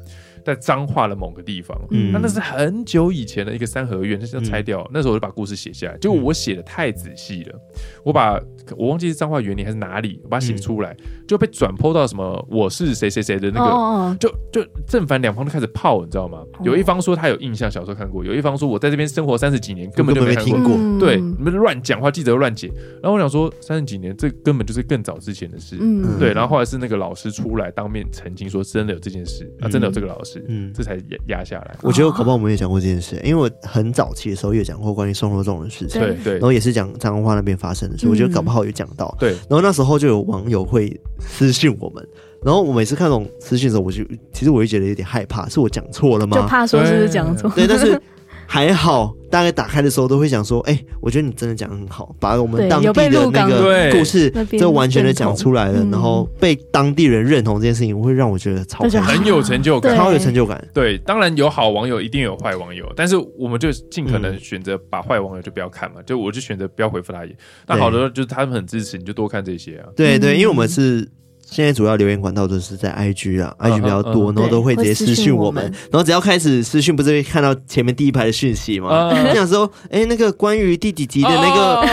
Speaker 3: 在彰化的某个地方。
Speaker 1: 嗯
Speaker 3: 那那是很久以前的一个三合院，那
Speaker 4: 嗯
Speaker 3: 是要拆掉。那时候我就把故事写下来，结果我写的太仔细了，我把我忘记是彰化园林还是哪里，我把
Speaker 4: 嗯
Speaker 3: 它写出来，就被转剖到什么我是谁谁谁的那个
Speaker 4: 哦
Speaker 3: 就就正反两方都开始泡，你知道吗？
Speaker 4: 哦
Speaker 3: 有一方说他有印象，小时候看过；有一方说我在这边生活三十几年，根本就没看
Speaker 1: 根
Speaker 3: 过
Speaker 1: 本没听。过
Speaker 4: 嗯
Speaker 3: 对，你们乱讲话，记者乱解。然后我想说，三十几年，这根本就是更早之前的事。
Speaker 4: 嗯
Speaker 3: 对，然后后来是那个老师出来当面澄清说，真的有这件事，啊，
Speaker 1: 嗯
Speaker 3: 真的有这个老师，
Speaker 1: 嗯。
Speaker 3: 这才压压下来。
Speaker 1: 我觉得搞不好我们也讲过这件事，因为我很早期的时候也讲过关于送肉粽的事情，
Speaker 3: 对
Speaker 4: 对
Speaker 3: 对
Speaker 1: 然后也是讲彰化那边发
Speaker 4: 嗯
Speaker 1: 生的事，我觉得搞不好有讲到。
Speaker 3: 对，
Speaker 1: 然后那时候就有网友会私信我们，然后我每次看那种私信的时候，我就其实我就觉得有点害怕，是我讲错了吗？
Speaker 4: 就怕说是不是讲错，
Speaker 1: 对，但是还好，大概打开的时候都会想说，哎、我觉得你真的讲得很好，把我们
Speaker 4: 对
Speaker 1: 当地
Speaker 4: 有被
Speaker 1: 的
Speaker 4: 鹿
Speaker 1: 那
Speaker 4: 港
Speaker 1: 个
Speaker 3: 对
Speaker 1: 故事
Speaker 4: 那边
Speaker 1: 这完全的
Speaker 4: 认同
Speaker 1: 讲出来了，
Speaker 4: 嗯
Speaker 1: 然后被当地人认同这件事情，会让我觉得超
Speaker 4: 那就
Speaker 1: 开心
Speaker 3: 很有成就感
Speaker 4: 对。
Speaker 1: 超有成就感。
Speaker 3: 对，当然有好网友，一定有坏网友，但是我们就尽可
Speaker 1: 嗯
Speaker 3: 能选择把坏网友就不要看嘛，就我就选择不要回复他也。那好的，就是他们很支持，你就多看这些啊。
Speaker 1: 对
Speaker 4: 嗯
Speaker 1: 对，因为我们是。现在主要留言管道都是在 IG 啊
Speaker 3: 嗯
Speaker 1: ，IG 比较多，
Speaker 3: 嗯嗯
Speaker 1: 然后都会直
Speaker 4: 对
Speaker 1: 接
Speaker 4: 会
Speaker 1: 私
Speaker 4: 私
Speaker 1: 讯
Speaker 4: 讯
Speaker 1: 我
Speaker 4: 我
Speaker 1: 们
Speaker 4: 们，
Speaker 1: 然后只要开始私讯，不是会看到前面第一排的讯息吗？
Speaker 4: 嗯
Speaker 3: 啊
Speaker 1: 就想说，哎，那个关于第几集的那
Speaker 4: 哦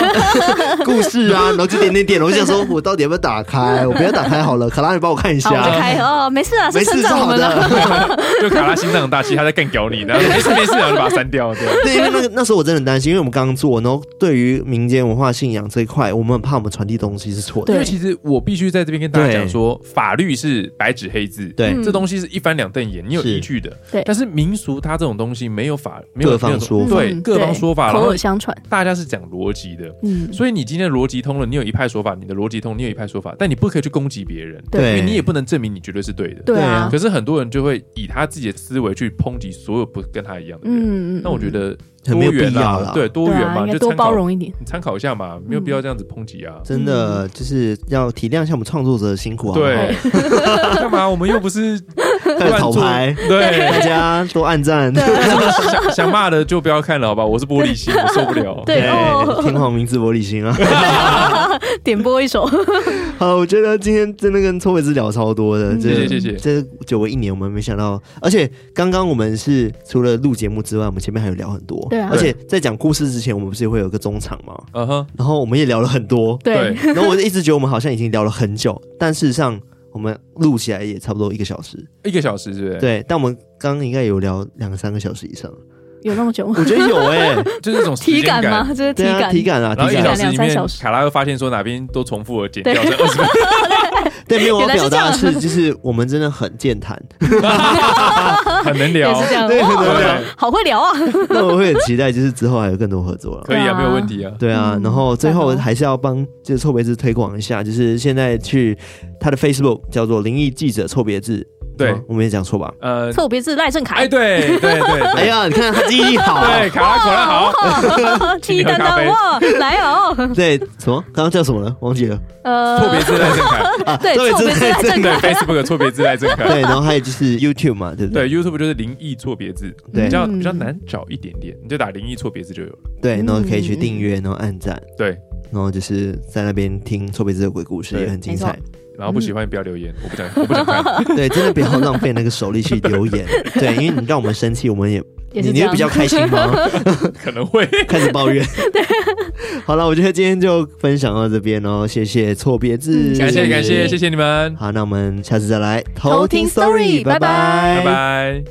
Speaker 1: 个 故事啊，然后就点点点，我就想说，我到底要不要打开？我不要打开好了，卡拉你帮我看一下
Speaker 4: 好，我。就开哦，没事啊，
Speaker 1: 没事
Speaker 4: 是称
Speaker 1: 是
Speaker 4: 赞我
Speaker 1: 好
Speaker 4: 们了，
Speaker 1: 的。
Speaker 3: 就卡拉心脏很大，其实他在干屌你，然后 没事没事，然后就把它删掉，对，
Speaker 1: 对，因为那个那时候我真的很担心，因为我们刚做，然后对于民间文化信仰这一块，我们很怕我们传递东西是错的。
Speaker 4: 对
Speaker 3: 因为其实我必须在这边跟大家讲说，法律是白纸黑字，
Speaker 1: 对
Speaker 4: 嗯
Speaker 3: 这东西是一翻两瞪眼，你有
Speaker 1: 是
Speaker 3: 依据的。
Speaker 4: 对
Speaker 3: 但是民俗它这种东西没有法，没有
Speaker 1: 各方
Speaker 3: 没有
Speaker 1: 说法
Speaker 3: 对
Speaker 4: 嗯
Speaker 3: 各方说法，然
Speaker 4: 口
Speaker 3: 后
Speaker 4: 耳相传，
Speaker 3: 大家是讲逻辑的。
Speaker 4: 嗯，
Speaker 3: 所以你今天逻辑通了，你有一派说法，你的逻辑通，你有一派说法，但你不可以去攻击别人，
Speaker 1: 对嗯
Speaker 3: 因为你也不能证明你绝对是对的。
Speaker 4: 对啊，
Speaker 3: 可是很多人就会以他自己的思维去抨击所有不跟他一样的人，
Speaker 4: 嗯嗯，
Speaker 3: 那我觉得
Speaker 1: 很
Speaker 3: 多
Speaker 1: 没有
Speaker 3: 元
Speaker 1: 必要
Speaker 3: 啦，
Speaker 1: 啦
Speaker 3: 对多
Speaker 4: 对
Speaker 3: 元
Speaker 4: 啊，
Speaker 3: 嘛，
Speaker 4: 应该
Speaker 3: 就
Speaker 4: 多
Speaker 3: 参
Speaker 4: 包
Speaker 3: 考
Speaker 4: 容一点，
Speaker 3: 你参考一下嘛，没有必要这样子抨击啊。
Speaker 1: 真的就是要体谅一下我们创作者的辛苦啊！
Speaker 3: 对，干嘛？我们又不是
Speaker 1: 快点
Speaker 3: 乱
Speaker 1: 草
Speaker 3: 做
Speaker 1: 牌，
Speaker 3: 对
Speaker 1: 大家都按赞，
Speaker 3: 想想骂的就不要看了，好吧？我是玻璃心，我受不了。
Speaker 4: 对哦
Speaker 1: 天皇名字玻璃心啊。
Speaker 4: 点播一首，
Speaker 1: 好，我觉得今天真的跟臭美子聊超多的，
Speaker 4: 嗯
Speaker 1: 这
Speaker 3: 谢谢谢谢
Speaker 1: 这久违一年，我们没想到，而且刚刚我们是除了录节目之外，我们前面还有聊很多，
Speaker 4: 对啊
Speaker 1: 而且在讲故事之前，我们不是也会有个中场嘛，
Speaker 3: 嗯哼，
Speaker 1: 然后我们也聊了很 多，
Speaker 3: 对
Speaker 4: 对，，
Speaker 1: 然后我一直觉得我们好像已经聊了很久，但事实上我们录起来也差不多一个小时，
Speaker 3: 一个小时是不是？，
Speaker 1: 对，但我们刚刚应该有聊两三个小时以 上，
Speaker 4: 有那么久吗
Speaker 1: 我？觉得有哎、
Speaker 3: 就是那种时
Speaker 4: 体
Speaker 3: 间
Speaker 4: 感吗？这是体
Speaker 1: 对啊，
Speaker 4: 感，
Speaker 1: 体感啊，
Speaker 3: 然后
Speaker 1: 体
Speaker 3: 一个
Speaker 1: 感
Speaker 3: 小
Speaker 1: 啊，
Speaker 3: 时
Speaker 4: 两
Speaker 3: 里
Speaker 4: 三
Speaker 3: 面
Speaker 4: 小，时
Speaker 3: 卡拉又发现说哪边都重复了，剪掉
Speaker 4: 对
Speaker 3: 这二十分钟。
Speaker 1: 对，没有我要
Speaker 4: 原来
Speaker 1: 表
Speaker 4: 是
Speaker 1: 达的
Speaker 4: 这样
Speaker 1: 是，就是我们真的很健谈，
Speaker 3: 很 能
Speaker 4: 也
Speaker 3: 聊，
Speaker 4: 是这样，
Speaker 1: 对
Speaker 4: 哇
Speaker 1: 对
Speaker 3: 对
Speaker 4: 好会聊啊！
Speaker 1: 那我会很期待，就是之后还有更多合作了。
Speaker 3: 可以
Speaker 4: 对
Speaker 3: 啊，
Speaker 4: 啊
Speaker 3: 没有问题啊。
Speaker 1: 对啊，
Speaker 4: 嗯
Speaker 1: 然后最后
Speaker 4: 赞哦
Speaker 1: 还是要帮就是臭别字推广一下，就是现在去他的 Facebook 叫做灵异记者臭别字，
Speaker 3: 对
Speaker 1: 哦我们也讲错吧？
Speaker 3: 呃，
Speaker 4: 特别是赖正
Speaker 3: 哎，
Speaker 4: 凯，
Speaker 3: 对对对，
Speaker 1: 哎
Speaker 3: 对，
Speaker 1: 呀，你看他记忆力好、啊
Speaker 3: 对，卡拉口拉好，
Speaker 4: 第一担当哇，来哦，
Speaker 1: 对，什么？刚刚叫什么了？忘记了
Speaker 4: 呃，
Speaker 3: 错别字赖正凯，
Speaker 1: 啊？
Speaker 4: 对
Speaker 1: 特别
Speaker 4: 臭别字赖正
Speaker 3: 对
Speaker 4: 凯，
Speaker 3: ，Facebook 错别字赖正凯，
Speaker 1: 对，然后还有就是 YouTube 嘛，对不
Speaker 3: 对
Speaker 1: 对？
Speaker 3: ，YouTube 就是灵异错别字，
Speaker 1: 嗯对
Speaker 3: 比较
Speaker 4: 嗯
Speaker 3: 比较难找一点点，你就打灵异错别字就有了。
Speaker 1: 对，然后可以去
Speaker 4: 嗯
Speaker 1: 订阅，然后按赞，
Speaker 3: 对，
Speaker 1: 然后就是在那边听臭别字的鬼故事
Speaker 3: 对
Speaker 1: 也很精彩。
Speaker 3: 然后不喜欢不要留言，我不想我不想看，
Speaker 1: 对，真的不要浪费那个手力去留言，对，因为你让我们生气，我们也
Speaker 4: 也
Speaker 1: 你
Speaker 4: 是
Speaker 1: 你会
Speaker 4: 这样
Speaker 1: 比较开心吗？
Speaker 3: 可能会。
Speaker 1: 开始抱怨。 好了，我觉得今天就分享到这边哦，谢谢错别字，
Speaker 4: 嗯
Speaker 3: 感谢感谢，谢。谢你们，
Speaker 1: 好，那我们下次再来
Speaker 4: 偷听 story，拜拜
Speaker 3: 拜拜。